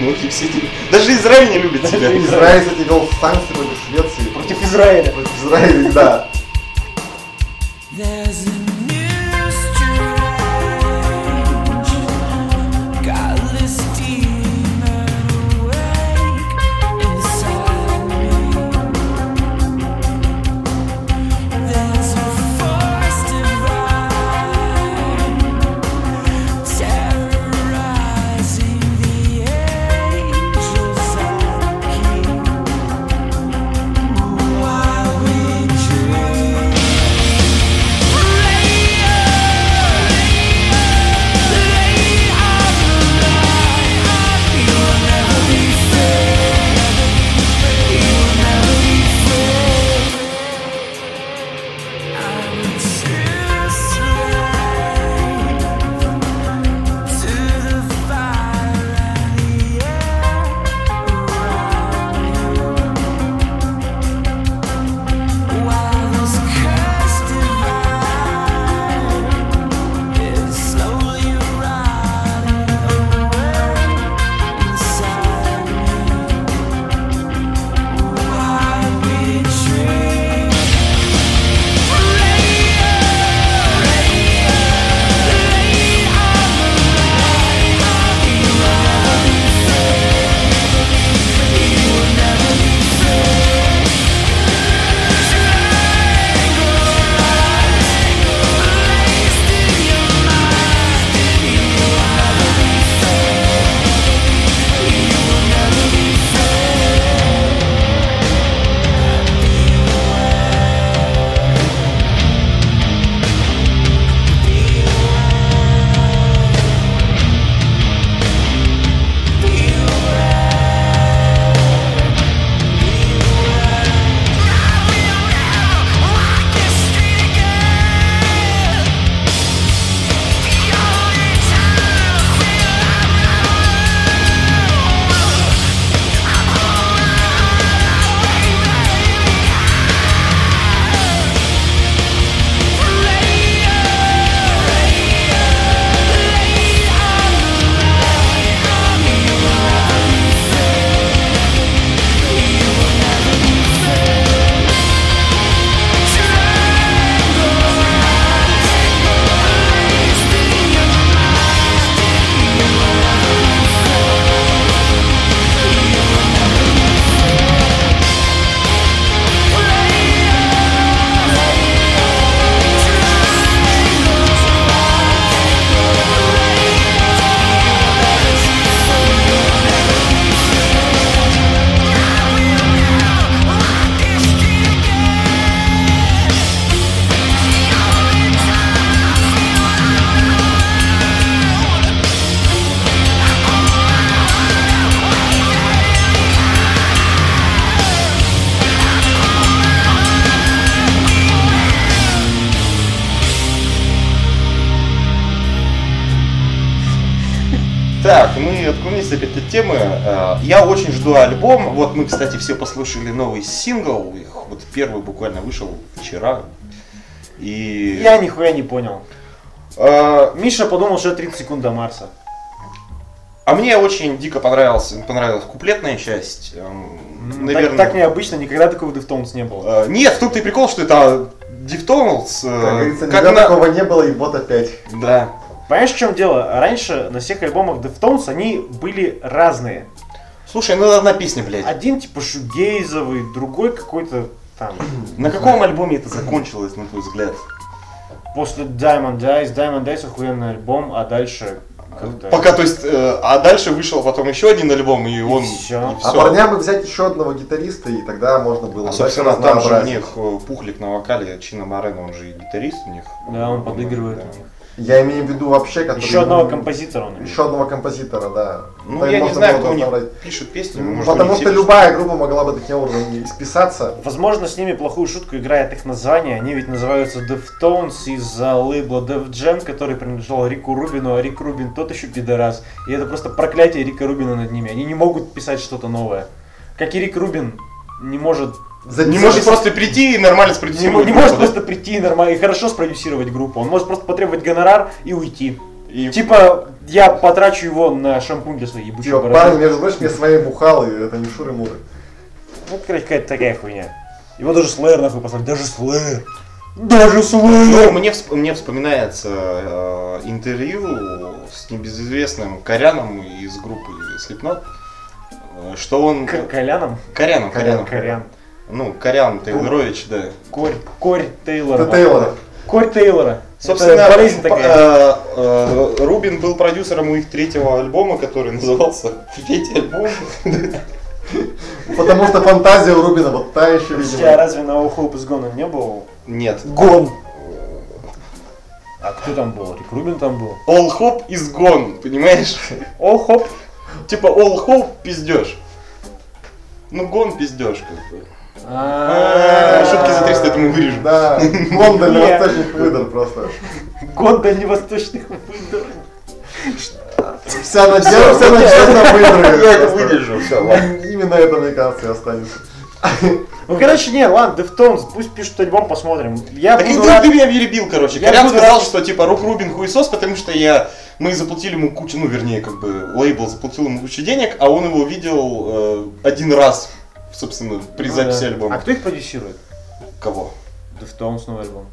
C: Многие все эти- Даже Израиль не любит тебя.
D: Ну,
E: Даже Израиль.
D: Израиль, кстати, вел санкции против Швеции.
E: Против Израиля.
D: Против Израиля, да.
F: There's a new strange godless demon awake inside me. There's a force divine terrorizing the angels I keep. While we dream. While this curse divine is slowly running away inside me, why we dream? Radio, radio, the late hour light. You will never be free. You will never be free.
C: Так, мы отклонились опять от темы. Э, Я очень жду альбом. Вот мы, кстати, все послушали новый сингл. Их вот первый буквально вышел вчера. И...
E: Я нихуя не понял.
C: Э,
E: Миша подумал, что это 30 секунд до Марса.
C: А мне очень дико понравился, понравилась куплетная часть. Эм,
E: М,
C: Наверное...
E: Ну, Так, так необычно, никогда такого дифтонгс не было.
C: Э, Нет, тут и прикол, что это дифтонгс. э,
D: Как говорится,
C: как
D: никогда
C: на-
D: такого не было, и вот опять.
C: Да.
E: Понимаешь, в чем дело? Раньше на всех альбомах Дефтонс они были разные.
C: Слушай, ну это одна песня, блядь.
E: Один типа шугейзовый, другой какой-то там.
C: На каком альбоме это закончилось, на твой взгляд?
E: После Diamond Eyes, Diamond Eyes охуенный альбом, а дальше... как-то-
C: Пока, то есть, э, а дальше вышел потом еще один альбом, и он...
E: всё.
C: и
D: А
C: всё.
D: парням бы взять еще одного гитариста, и тогда можно было...
C: А,
D: дать
C: собственно, там же у
D: разнообразие.
C: них э, Пухлик на вокале, Чина Морено, он же и гитарист у них.
E: Да, он подыгрывает.
C: Да.
D: Я имею в виду вообще, который...
E: Еще одного композитора он имеет.
D: Еще одного композитора, да.
C: Ну,
D: Да, и
C: я не
D: можно
C: знаю,
D: было
C: кто у них
D: разнообразить.
C: пишет песни. может, у
D: Потому
C: них типа
D: что
C: все
D: любая группа могла бы таким образом списаться.
E: Возможно, с ними плохую шутку играет их название. Они ведь называются Deftones из-за лейбла Def Jam, который принадлежал Рику Рубину, а Рик Рубин тот еще пидорас. И это просто проклятие Рика Рубина над ними. Они не могут писать что-то новое. Как и Рик Рубин не может
C: пишут. Не может просто прийти и нормально
E: не,
C: спродюсировать.
E: мо- не может
C: группу, да?
E: просто прийти и нормально и хорошо спродюсировать группу. Он может просто потребовать гонорар и уйти.
C: И-
E: Типа, я потрачу его на шампунь для своей ебучей
D: Чё,
E: бороды.
D: Типа, парень, между прочим, я с вами бухал, и это не шуры-муры.
E: Вот, короче, какая-то такая хуйня. Его даже Слэр нахуй послали. Даже Слэр. Даже
C: Ну,
E: слышно.
C: мне, всп- мне вспоминается э, интервью с небезызвестным Коряном из группы Slipknot, э, что он...
E: К- Коляном?
C: Коряном, Коряном.
E: Корян.
C: Ну, Корян Тейлорович, да.
E: Корь, корь Тейлора.
D: Это Тейлора.
E: Корь Тейлора.
C: Собственно,
E: Это болезнь
C: п-
E: такая.
C: э, э, Рубин был продюсером у их третьего альбома, который назывался «Третий альбом».
D: Потому что фантазия у Рубина вот та еще,
E: Слушайте, а
D: видимо.
E: разве на Hope из Gone не был?
C: Нет.
E: Гон. А кто там был? Рик Рубин там был.
C: All Hope is gone, понимаешь?
E: О, хоп.
C: Типа All Hope пиздешь. Ну, гон пиздешь, как бы.
D: А,
C: Э, Шутки за 300 это мы вырежем.
D: Да, Лондон
E: Нет.
D: восточных выдор просто.
E: Год дальневосточных выдор.
D: Вся надежда, вся надежда на выдоры.
C: Я это
D: Просто.
C: вырежу, все, ладно.
D: Именно это, мне кажется, и останется.
E: Ну, короче, не, ладно, Дефтонс, пусть пишут альбом, посмотрим. Я
C: Так и
E: буду
C: ты,
E: рад-
C: ты меня перебил, короче.
E: Я
C: Корян
E: буду
C: сказал,
E: рад.
C: что типа Рук Рубин хуесос, потому что я... Мы заплатили ему кучу, ну вернее, как бы лейбл заплатил ему кучу денег, а он его видел э, один раз, собственно, при
E: Ну,
C: записи
E: да.
C: альбома.
E: А кто их продюсирует?
C: Кого?
E: Дефтонс новый альбом.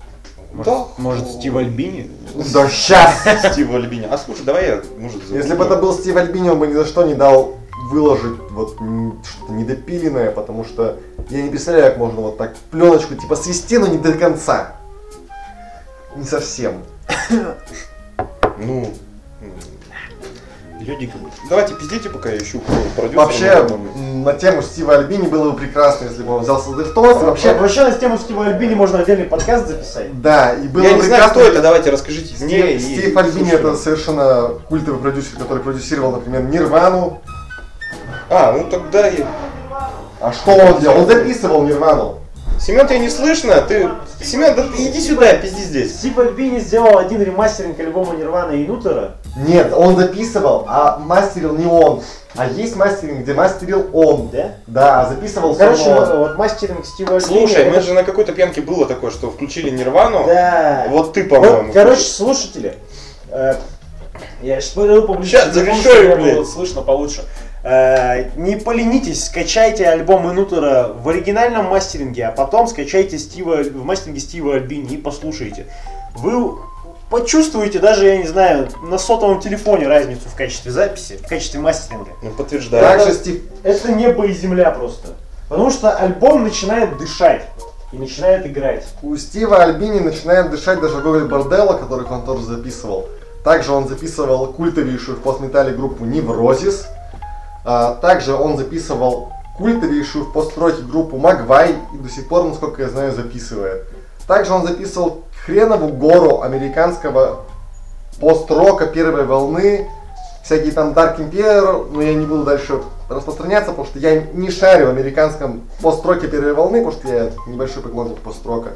E: Может,
C: Да.
E: может Стив Альбини?
D: Да сейчас!
C: Стива Альбини. А слушай, давай я, может, забуду.
D: Если бы это был Стив Альбини, он бы ни за что не дал выложить вот м, что-то недопиленное, потому что я не представляю, как можно вот так пленочку типа свести, но не до конца. Не совсем.
C: Ну, м,
E: Люди как бы.
C: давайте пиздите, пока я ищу продюсера.
D: Вообще, м, на тему Стива Альбини было бы прекрасно, если бы он взялся за Дефтонс, и вообще...
E: вообще на тему Стива Альбини можно отдельный подкаст записать.
D: Да, и было
C: Я
D: бы
C: не знаю,
D: прекрасно...
C: кто это, давайте расскажите мне.
D: Стив, Стив Альбини это совершенно культовый продюсер, который продюсировал, например, Нирвану.
C: А, ну тогда... я-
D: А что он делал? Он записывал Нирвану.
C: Семен, тебя не слышно? Ты... Семен, да ты иди сюда, пизди здесь.
E: Стив Альбини сделал один ремастеринг альбома Нирвана и Нутера.
D: Нет, он записывал, а мастерил не он. А есть мастеринг, где мастерил он.
E: Да?
D: Да, а записывал всё
E: Короче, вот,
C: ну,
D: он.
E: вот мастеринг Стива Альбини.
C: Слушай,
E: это-
C: мы же на какой-то пьянке было такое, что включили Нирвану.
E: Да.
C: Вот ты, по-моему.
E: Вот, короче, слушатели, э, я сейчас подойду поближе,
C: Щас
E: к микрофону,
C: закричаю,
E: чтобы
C: блядь.
E: было слышно получше. Э, Не поленитесь, скачайте альбом Инутера в оригинальном мастеринге, а потом скачайте Стива, в мастеринге Стива Альбини и послушайте. Вы почувствуете даже, я не знаю, на сотовом телефоне разницу в качестве записи, в качестве мастеринга.
C: Ну, подтверждаю.
D: Также Стив,
E: Это небо и земля просто. Потому что альбом начинает дышать и начинает играть.
D: у Стива Альбини начинает дышать даже Гоголь Борделла, которых он тоже записывал. Также он записывал культовейшую в постметале группу Неврозис. А, также он записывал культовейшую в построке группу Магвай и до сих пор, насколько я знаю, записывает. Также он записывал хренову гору американского пост-рока первой волны, всякие там Dark Emperor, но я не буду дальше распространяться, потому что я не шарю в американском пост-роке первой волны, потому что я небольшой поклонник пост-рока.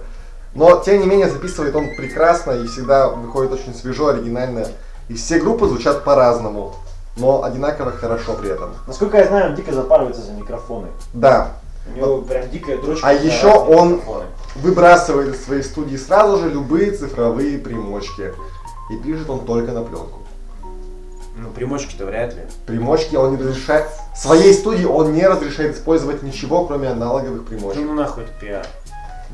D: Но, тем не менее, записывает он прекрасно и всегда выходит очень свежо, оригинально. И все группы звучат по-разному, но одинаково хорошо при этом.
E: Насколько я знаю, он дико запарывается за микрофоны.
D: Да,
E: У него прям дикая дрочка.
D: А
E: на
D: еще
E: разные
D: он-
E: микрофоны.
D: выбрасывает из своей студии сразу же любые цифровые примочки. И пишет он только на пленку.
E: Ну, примочки-то вряд ли.
D: Примочки он не разрешает... в Своей студии он не разрешает использовать ничего, кроме аналоговых примочек.
E: Ну нахуй это пиар,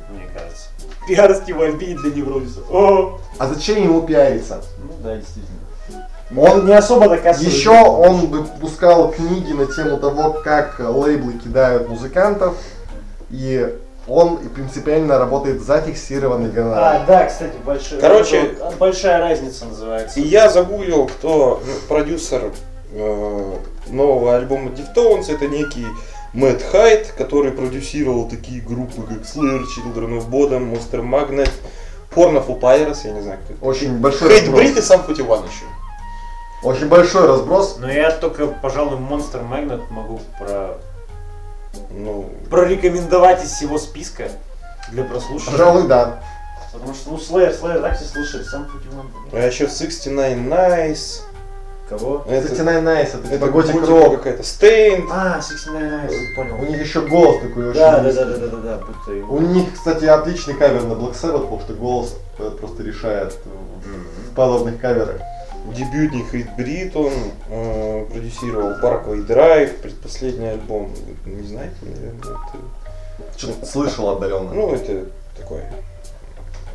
E: мне кажется. Пиар Стива Альбини для неврозиса. О!
D: А зачем ему пиариться?
E: Ну да, действительно.
D: Он
E: не особо доказывает.
D: Еще он выпускал книги на тему того, как лейблы кидают музыкантов, и он принципиально работает за фиксированный гонорар.
E: А, да, кстати, большая...
C: Короче-
E: это вот большая разница называется.
C: И я загуглил, кто ну, продюсер э, нового альбома Deftones. Это некий Мэтт Хайт, который продюсировал такие группы, как Slayer, Children of Bodom, Monster Magnet, Porn of a Pirates, я не знаю, как это.
D: Очень большой
C: Хейт
D: разброс.
C: Брит и сам Футиван еще.
D: Очень большой разброс.
E: Но я только, пожалуй, Monster Magnet могу про...
C: Ну,
E: прорекомендовать из всего списка для прослушивания.
D: Пожалуй, да.
E: Потому что, ну, Slayer, Slayer, так все слушает, сам Путиман.
C: а еще 69 Nice.
E: Кого?
C: Это,
D: Кстати, Найс, это типа
C: это
D: готик
C: готика
D: рок.
C: какая-то. Стейн.
E: А, 69 Nights,
D: У
E: понял.
D: них еще голос такой очень.
E: Да, да, да,
D: низкий.
E: да, да, да, да, будто его.
D: У них, кстати, отличный кавер на Black Sabbath, потому что голос э, просто решает э, в подобных каверах.
C: Дебютник Хейт Брит, он э, продюсировал Parkway Drive, предпоследний альбом. Не знаете, наверное. это-
D: Что-то слышал отдаленно.
C: Ну, это такое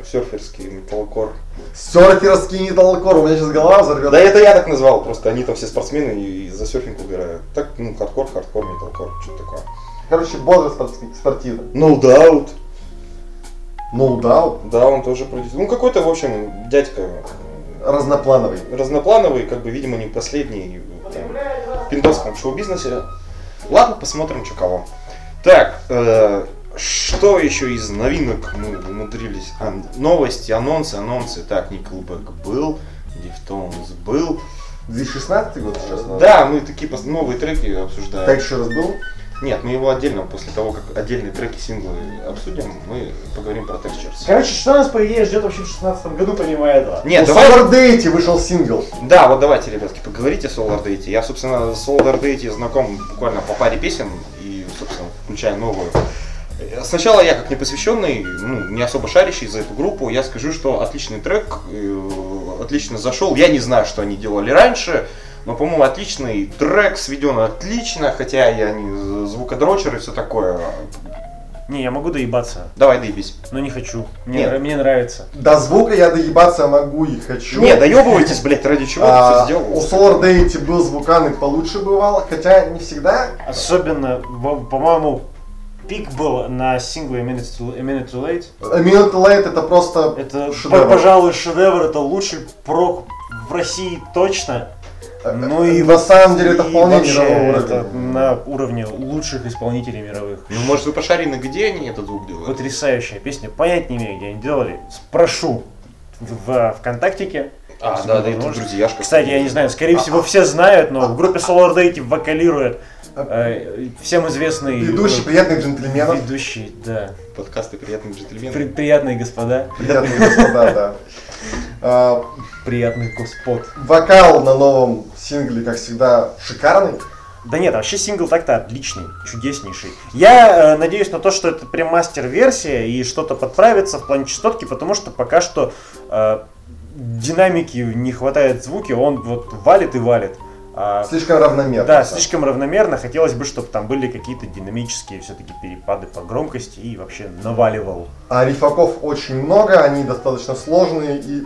C: серферский металлкор.
D: Серферский металлкор, у меня сейчас голова взорвет.
C: Да это я так назвал, просто они там все спортсмены и за серфинг угорают. Так, ну, хардкор, хардкор, металкор, что-то такое.
D: Короче, бодрость спорти- спортивная.
C: No Doubt.
D: No doubt.
C: Да, он тоже продюсер. Ну, какой-то, в общем, дядька э,
D: Разноплановый.
C: разноплановый, как бы, видимо, не последний э, там, в пиндосском шоу-бизнесе. Ладно, посмотрим, что кого. Так, э, что еще из новинок мы умудрились? А, новости, анонсы, анонсы. Так, Никлбэк был, Дифтонс был.
D: 2016 год сейчас. наверное.
C: Да, мы такие пос- новые треки обсуждаем.
D: Так еще раз был.
C: Нет, мы его отдельно, после того, как отдельные треки, синглы обсудим, мы поговорим про Textures.
E: Короче, что нас, по идее, ждет вообще в 16 году, помимо этого?
C: Нет,
D: У
C: давай...
D: Summer Date вышел сингл.
C: Да, вот давайте, ребятки, поговорите с Solar Date. Я, собственно, с Solar Date знаком буквально по паре песен, и, собственно, включая новую. Э, Сначала я, как непосвященный, ну, не особо шарящий за эту группу, я скажу, что отличный трек, э, отлично зашел. Я не знаю, что они делали раньше, но, по-моему, отличный трек, сведен отлично, хотя я не звукодрочер и все такое.
E: Не, я могу доебаться,
C: Давай, доебись.
E: но не хочу.
C: Нет.
E: Мне, мне нравится.
D: До звука я доебаться могу и хочу.
C: Не, доебывайтесь, блядь, ради чего
D: А,
C: ты все
D: у
C: сделал?
D: Solar Date был звукан и получше бывал, хотя не всегда.
E: Особенно, во- по-моему, пик был на сингле A Minute to, A Minute Too Late.
D: A Minute Late Э, это просто
E: Это,
D: шедевр.
E: п- пожалуй, шедевр, это лучший прок в России точно. Ну и
D: э, на самом деле это
E: и
D: вполне
E: вообще
D: мирового
E: это
D: уровня.
E: на уровне лучших исполнителей мировых.
C: Ну, может, вы пошарили, где они этот звук делают?
E: Потрясающая песня. Понять не имею, где они делали. Спрошу в, в ВКонтактике.
C: А,
E: Если
C: да, да,
E: ты
C: это
E: можешь.
C: друзьяшка.
E: Кстати, я не знаю, скорее всего, все знают, но в группе Solar Date вокалирует э, всем известный...
D: Ведущий
E: э,
D: приятных джентльменов.
E: Ведущий, да.
C: Подкасты «Приятных джентльменов».
E: При- приятные господа.
D: Приятные господа, да. А,
E: Приятный господ.
D: Вокал на новом сингле, как всегда, шикарный.
E: Да нет, вообще сингл так-то отличный, чудеснейший. Я э, надеюсь на то, что это прям мастер-версия и что-то подправится в плане частотки, потому что пока что э, динамики не хватает звуки, он вот валит и валит. А,
D: Слишком равномерно.
E: да, слишком равномерно. Хотелось бы, чтобы там были какие-то динамические все-таки перепады по громкости и вообще наваливал.
D: А рифаков очень много, они достаточно сложные, и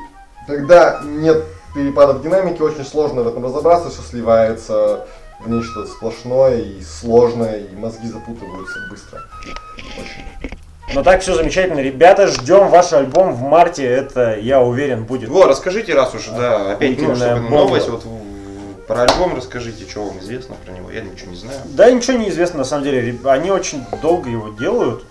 D: когда нет перепадов динамики, очень сложно в этом разобраться, все сливается в нечто сплошное и сложное, и мозги запутываются быстро.
E: Но Ну так все замечательно. Ребята, ждем ваш альбом в марте. Это, я уверен, будет.
C: Во, расскажите, раз уж, да, опять, ну,
E: Удивительная
C: чтобы
E: бомба.
C: новость, вот в- про альбом расскажите, что вам известно про него, я ничего не знаю.
E: Да, ничего не известно на самом деле. Реб- Они очень долго его делают.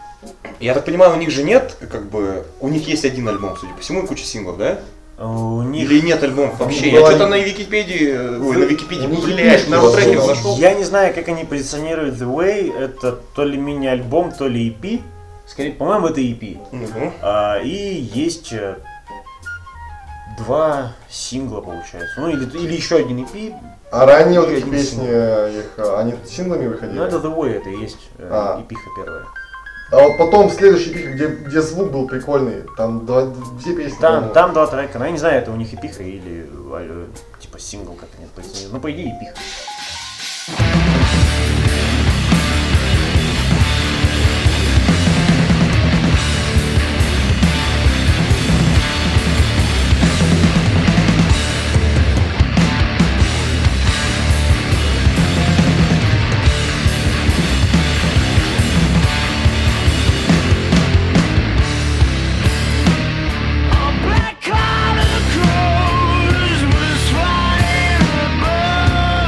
C: Я так понимаю, у них же нет, как бы, у них есть один альбом, судя по всему, и куча синглов, да?
E: А У них
C: Или нет альбомов вообще? Я
D: Была-
C: что-то на Википедии, э, ой, на Википедии,
D: У них
C: блядь,
D: книжки
C: на Рутреке
D: было.
C: зашел.
E: Я не знаю, как они позиционируют The Way. Это то ли мини-альбом, то ли EP. Скорее, по-моему, это EP.
C: Мгм.
E: А, и есть э, два сингла, получается. Ну, или, или еще один EP.
D: А ранние вот
E: Я
D: эти
E: не
D: песни, их, э, они синглами выходили?
E: Но Ну, это The Way, это и есть э,
D: А.
E: EP-ха первая.
D: А вот потом следующий пик, где, где звук был прикольный, там два, две песни.
E: Там,
D: по-моему.
E: там два трека. Ну, я не знаю, это у них EP-ха или э, э, типа сингл, как они это позиционируют. Ну, по идее, EP-ха.
F: Black-collared crows with flying birds.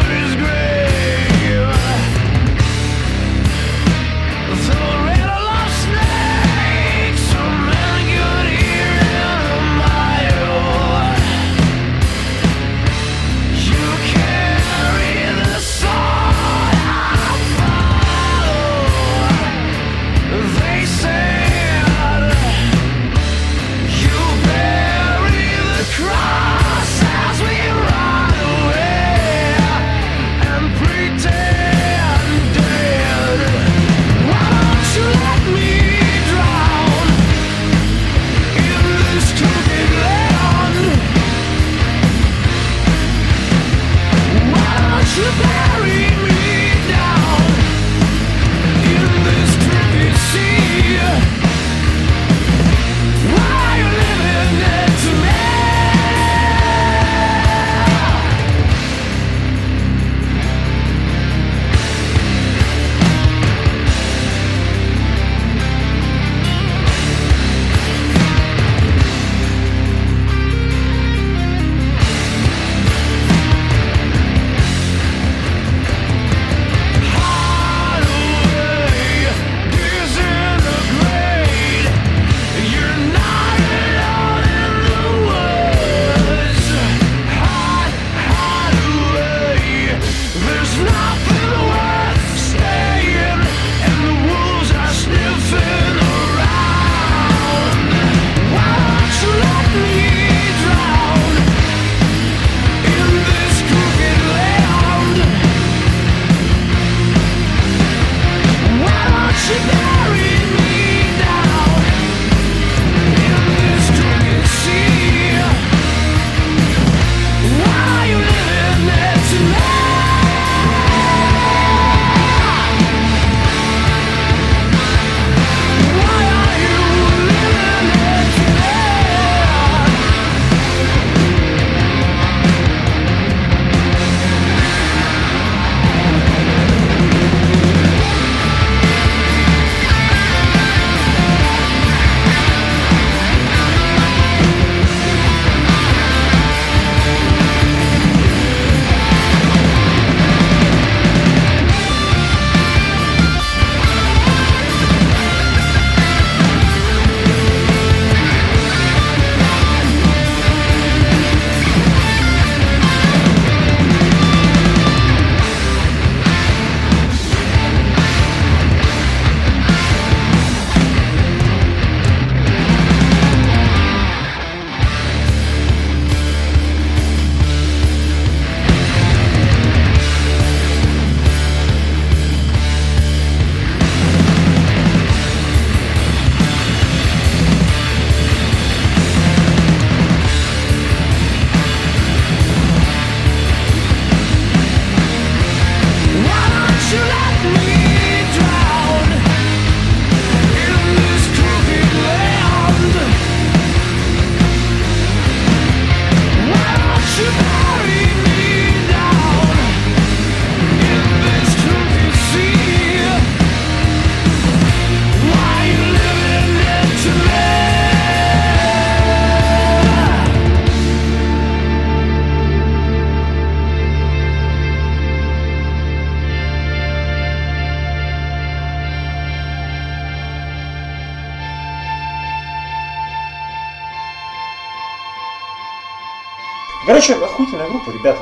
E: Короче, охуительная группа, ребята.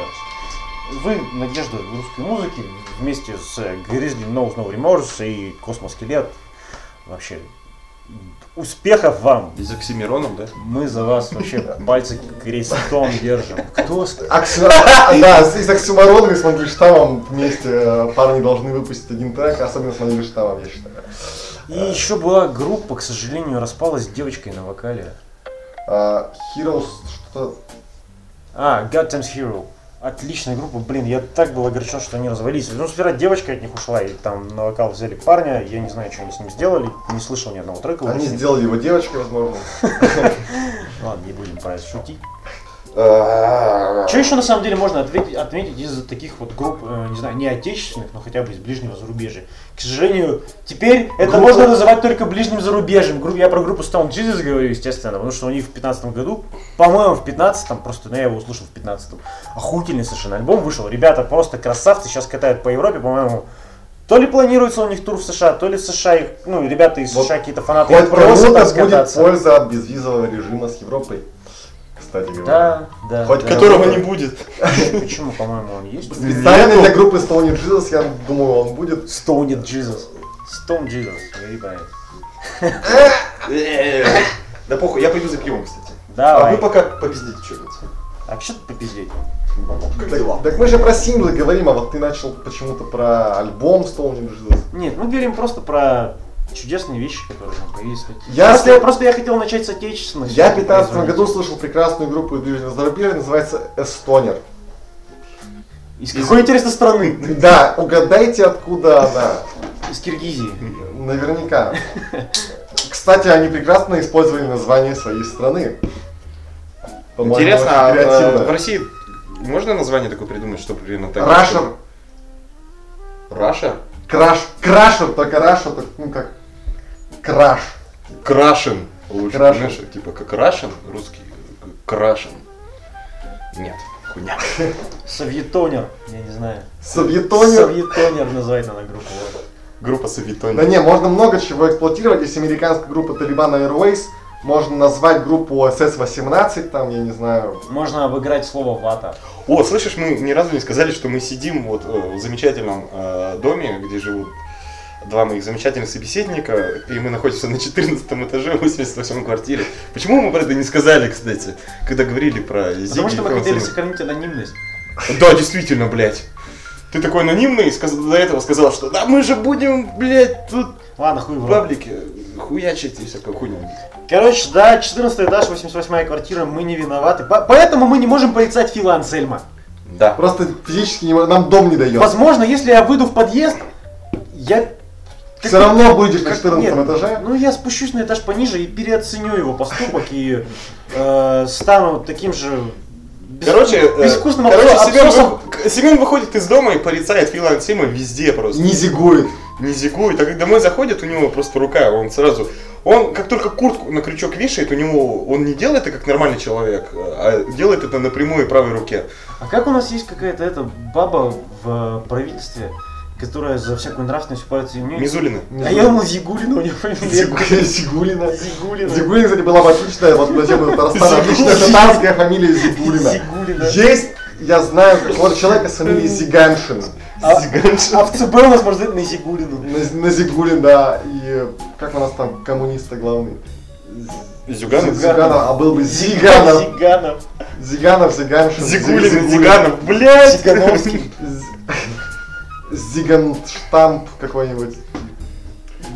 E: Вы надежда русской музыки вместе с Grizzly Nose No Remorse и Космос Скелет. Вообще, успехов вам!
C: И с Оксимироном, да?
E: Мы за вас вообще пальцы крестом держим. Кто с-
D: Оксю- Да, с- и с Оксюмароном и с Мандельштамом вместе э, парни должны выпустить один трек, особенно с Мандельштамом, я считаю.
E: И еще была группа, к сожалению, распалась с девочкой на вокале.
D: А, Heroes что-то...
E: А, Goddamn Hero. Отличная группа, блин, я так был огорчен, что они развалились. Ну, сперва девочка от них ушла, и там на вокал взяли парня, я не знаю, что они с ним сделали, не слышал ни одного трека.
D: Они
E: вообще.
D: сделали его девочкой, возможно.
E: Ладно, не будем про это шутить.
D: А,
E: Что еще на самом деле можно ответить- отметить из таких вот групп, э, не знаю, не отечественных, но хотя бы из ближнего зарубежья? К сожалению, теперь это
D: Группа-
E: можно называть только ближним зарубежьем. Гру- Я про группу Stone Jesus говорю, естественно, потому что у них в 15 году, по-моему, в 15 просто, ну я его услышал в 15 охуительный совершенно альбом вышел. Ребята просто красавцы, сейчас катают по Европе, по-моему, то ли планируется у них тур в США, то ли в США их, ну, ребята из
D: Вот
E: США какие-то фанаты
D: Хоть
E: их
D: кому-то
E: просят там
D: будет
E: скататься.
D: польза от безвизового режима с Европой. Кстати говоря.
E: Да, да.
D: Хоть
E: да.
D: которого не
C: будет.
E: Почему, по-моему, он есть?
D: Специально для группы Stone Jesus, я думаю, он будет.
E: Stoned Jesus. Stone Jesus, я ебаю.
C: Да похуй, я пойду за пивом, кстати. А
E: Давай.
C: вы пока попиздите что-нибудь.
E: А что ты попиздеть?
C: Как
D: Так,
C: дела?
D: так мы же про синглы говорим, а вот ты начал почему-то про альбом Stone Jesus.
E: Нет, мы говорим просто про чудесные вещи, которые нам появились.
D: Я-
E: Просто, я просто я хотел начать с отечественных.
D: Я в 15 году слышал прекрасную группу из ближнего зарубежья, называется Эстонер.
E: Из какой интересной страны?
D: Да, угадайте, откуда она.
E: Из Киргизии.
D: Наверняка. Кстати, они прекрасно использовали название своей страны. По-моему,
C: Интересно,
D: очень
C: а
D: креативно.
C: э, в России можно название такое придумать, что примерно так?
D: Рашер,
C: Раша?
D: краш, крашер, только рашер, так, ну как, краш.
C: Крашен. Лучше,
D: Крашен.
C: понимаешь, типа как Рашен, русский, к- крашен. Нет, хуйня.
E: Совьетонер, я не знаю.
D: Совьетонер.
E: Совьетонер называет она группу. вот.
C: Группа Савитони.
D: Да не, можно много чего эксплуатировать, если американская группа Талибан Airways, можно назвать группу SS-18, там, я не знаю,
E: Можно обыграть слово вата.
C: О, слышишь, мы ни разу не сказали, что мы сидим вот э, в замечательном э, доме, где живут два моих замечательных собеседника, и мы находимся на 14 этаже 88 квартире. Почему мы про это не сказали, кстати, когда говорили про Зиги?
E: Потому что
C: и
E: мы хотели
C: Францина?
E: сохранить анонимность.
C: Да, действительно, блядь. Ты такой анонимный, сказ- до этого сказал, что да мы же будем, блядь, тут
E: Ладно, хуй в
C: в
E: рот.
C: паблике хуячить и всякое хуйня.
E: Короче, да, 14 этаж, 88 квартира, мы не виноваты. По- Поэтому мы не можем порицать Фила Ансельма.
C: Да.
D: просто физически не мо- нам дом не дает.
E: Возможно, если я выйду в подъезд, я...
D: Все равно будешь на
E: Как-
D: 14
E: нет,
D: этаже.
E: Ну, я спущусь на этаж пониже и переоценю его поступок и э, стану таким же... бес-
C: Короче, э,
E: безвкусным
C: короче,
E: абсо-
C: Семен,
E: абсосом.
C: вы- Семен выходит из дома и порицает Фила Ансима везде просто.
D: Не зигует.
C: не зигует, а когда домой заходит, у него просто рука, он сразу, он как только куртку на крючок вешает, у него, он не делает это как нормальный человек, а делает это напрямую правой руке.
E: А как у нас есть какая-то эта баба в э, правительстве, которая за всякую нравственность упорится и не-
C: Мизулина.
E: А я думал, Зигулина у нее фамилия.
D: Зигу- Зигулина.
E: Зигулина.
D: Зигулина, кстати, была бы отличная, вот на тему Татарстана, отличная
E: Зигулина.
D: татарская фамилия Зигулина.
E: Зигулина.
D: Есть, я знаю, какого человека с фамилией Зиганшин.
E: А-
C: Зиганшин.
E: А в ЦБ у нас можно на Зигулину.
D: На, на Зигулин, да, и э, как у нас там коммунист главный?
C: Зюганов.
D: Зиганов, а был бы Зиганов.
E: Зиганов.
D: Зиганов, Зиганшин.
C: Зигулин,
D: Зигулин.
C: Зиганов, блядь!
E: Зигановский.
D: З- Зиганштамп какой-нибудь.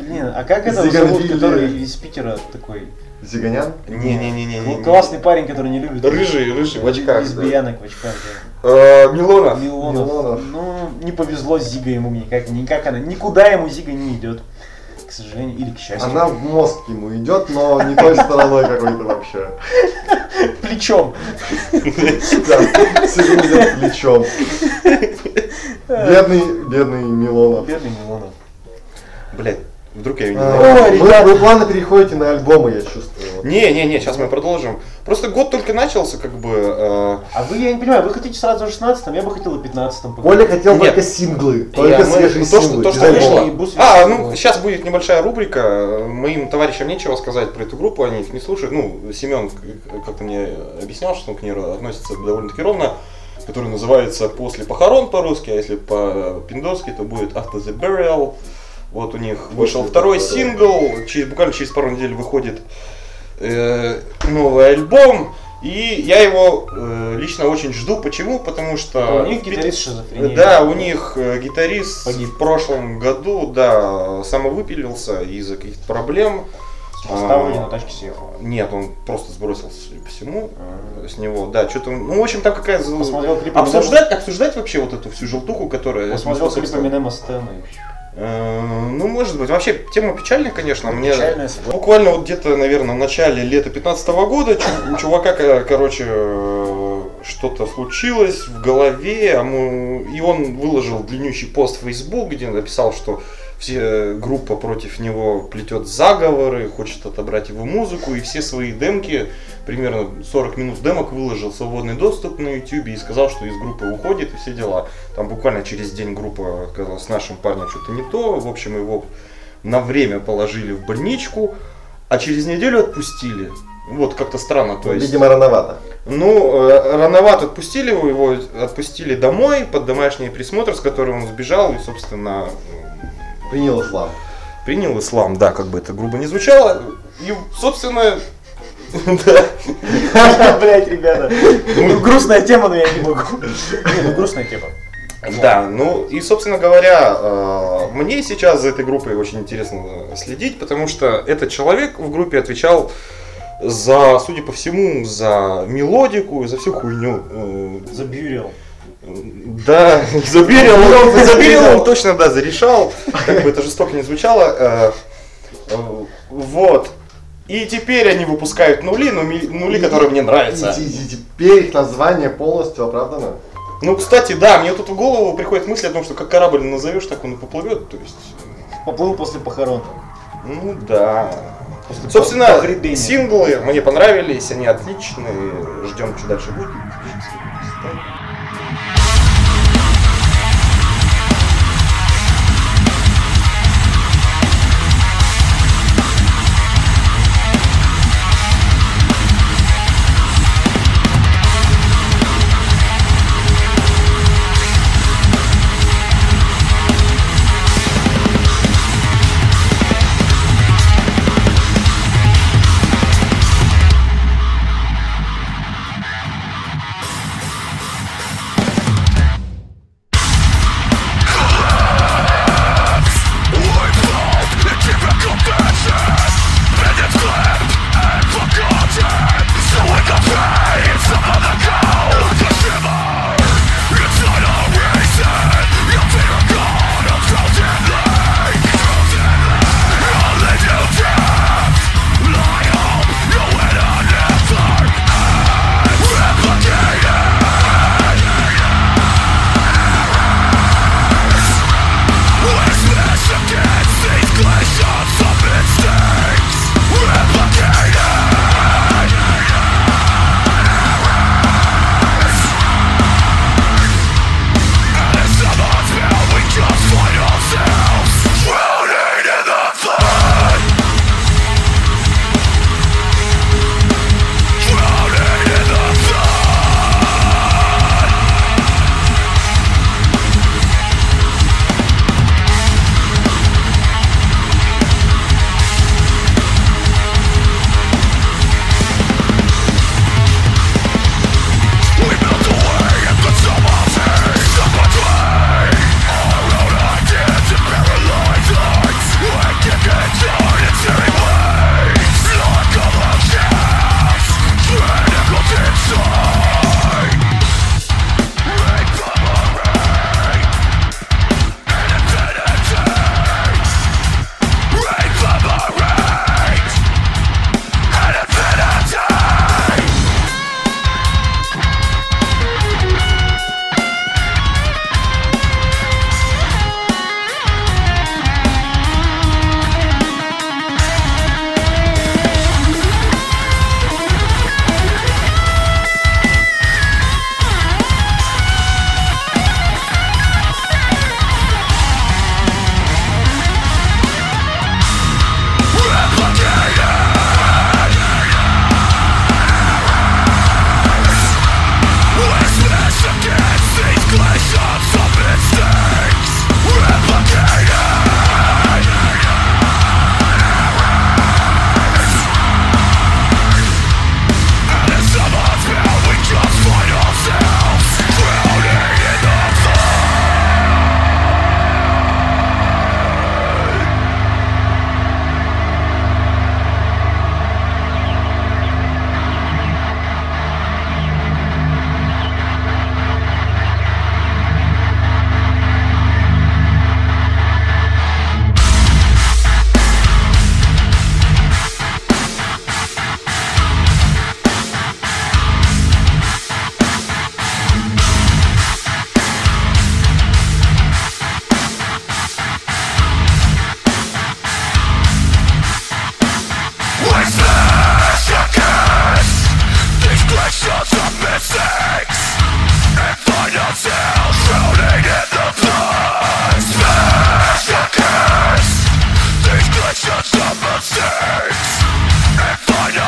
E: Блин, а как это зовут,
D: Зиганвили.
E: который из Питера такой?
D: Зиганян?
C: Не-не-не-не.
E: Ну, классный парень, который не любит.
C: Рыжий, рыжий, в очках.
E: Избиянок в очках,
C: Э,
E: да.
C: Милонов.
E: Милонов.
D: Милонов.
E: Ну, не повезло с Зигой ему никак, никак она, никуда ему Зига не идет. К сожалению, или к счастью.
D: Она в мозг ему идет, но не той стороной какой-то вообще.
E: плечом.
D: Да, сижу за плечом. Бедный, бедный Милонов.
E: Бедный Милонов.
C: Блядь. Вдруг я ее не знаю.
D: А,
E: Ой,
D: вы-
E: ребята.
D: Вы плавно переходите на альбомы, я чувствую.
C: Не-не-не, сейчас мы продолжим. Просто год только начался, как бы. э,
E: А вы, я не понимаю, вы хотите сразу о 16-м, я бы хотел о 15-м
D: Оля хотел
C: Нет.
D: только синглы, только
C: я- мы-
D: свежие
C: ну, то, что,
D: синглы.
C: то, что
D: без
E: дизайн
C: вышло.
D: альбома.
E: и бусы.
C: А, ну, сейчас будет небольшая рубрика. э, Моим товарищам нечего сказать про эту группу, они их не слушают. Ну, Семен к- как-то мне объяснял, что он к ней относится довольно-таки ровно. Который называется «После похорон» по-русски, а если по-пиндоски, то будет «After the Burial». Вот у них вышел
D: the
C: второй
D: Burial.
C: сингл, через, буквально через пару недель выходит э, новый альбом. И я его э, лично очень жду. Почему? Потому что...
E: А У них
C: в пи-
E: гитарист шизофрения.
C: да, у них э, гитарист
E: Погиб.
C: в прошлом году, да, самовыпилился из-за каких-то проблем. А,
E: С поставления на тачке съехал.
C: Нет, он просто сбросил, судя по всему, э, с него. Да, что-то, ну, в общем, там какая... за-
E: Посмотрел клип
C: Обсуждать, обсуждать вообще вот эту всю желтуху, которая... этому
E: Посмотрел клип
C: способствовала?
E: Эминема Стэна. и
C: Э, Ну, может быть. Вообще, тема печальная, конечно. А Мне
E: Печальная, согласен.
C: буквально вот где-то, наверное, в начале лета 15 года чу- у чувака, ко- короче, э, что-то случилось в голове, а мы- и он выложил длиннющий пост в Facebook, где написал, что все э, группа против него плетет заговоры, хочет отобрать его музыку, и все свои демки, примерно 40 минут демок, выложил в свободный доступ на YouTube и сказал, что из группы уходит и все дела. Там буквально через день группа сказала, с нашим парнем что-то не то. В общем, его на время положили в больничку, а через неделю отпустили. Вот как-то странно, то есть.
D: Видимо, рановато.
C: Ну, э, рановато отпустили его, его отпустили домой под домашний присмотр, с которым он сбежал и, собственно,
D: Принял ислам.
C: принял ислам, да, как бы это грубо не звучало. И, собственно, да.
E: всё. Блять, ребята. Ну, грустная тема, но я не могу. Не, ну грустная тема.
C: Да, ну и, собственно говоря, э, мне сейчас за этой группой очень интересно следить, потому что этот человек в группе отвечал за, судя по всему, за мелодику и за всю хуйню. Э,
E: The Burial.
C: Да, заберил,
D: Ну,
C: он, заберил он точно, да, зарешал. Как бы это жестоко не звучало. э, э, Вот. И теперь они выпускают нули, но ми- нули, Ну, которые мне нравятся.
D: И, и- и теперь их название полностью оправдано.
C: Ну, кстати, да, мне тут в голову приходит мысль о том, что как корабль назовешь, так он и поплывет. То есть,
E: Поплыл после похорон.
C: Ну да.
E: После
C: Собственно,
E: похребения.
C: синглы мне понравились, они отличные. Ждем, что дальше будет.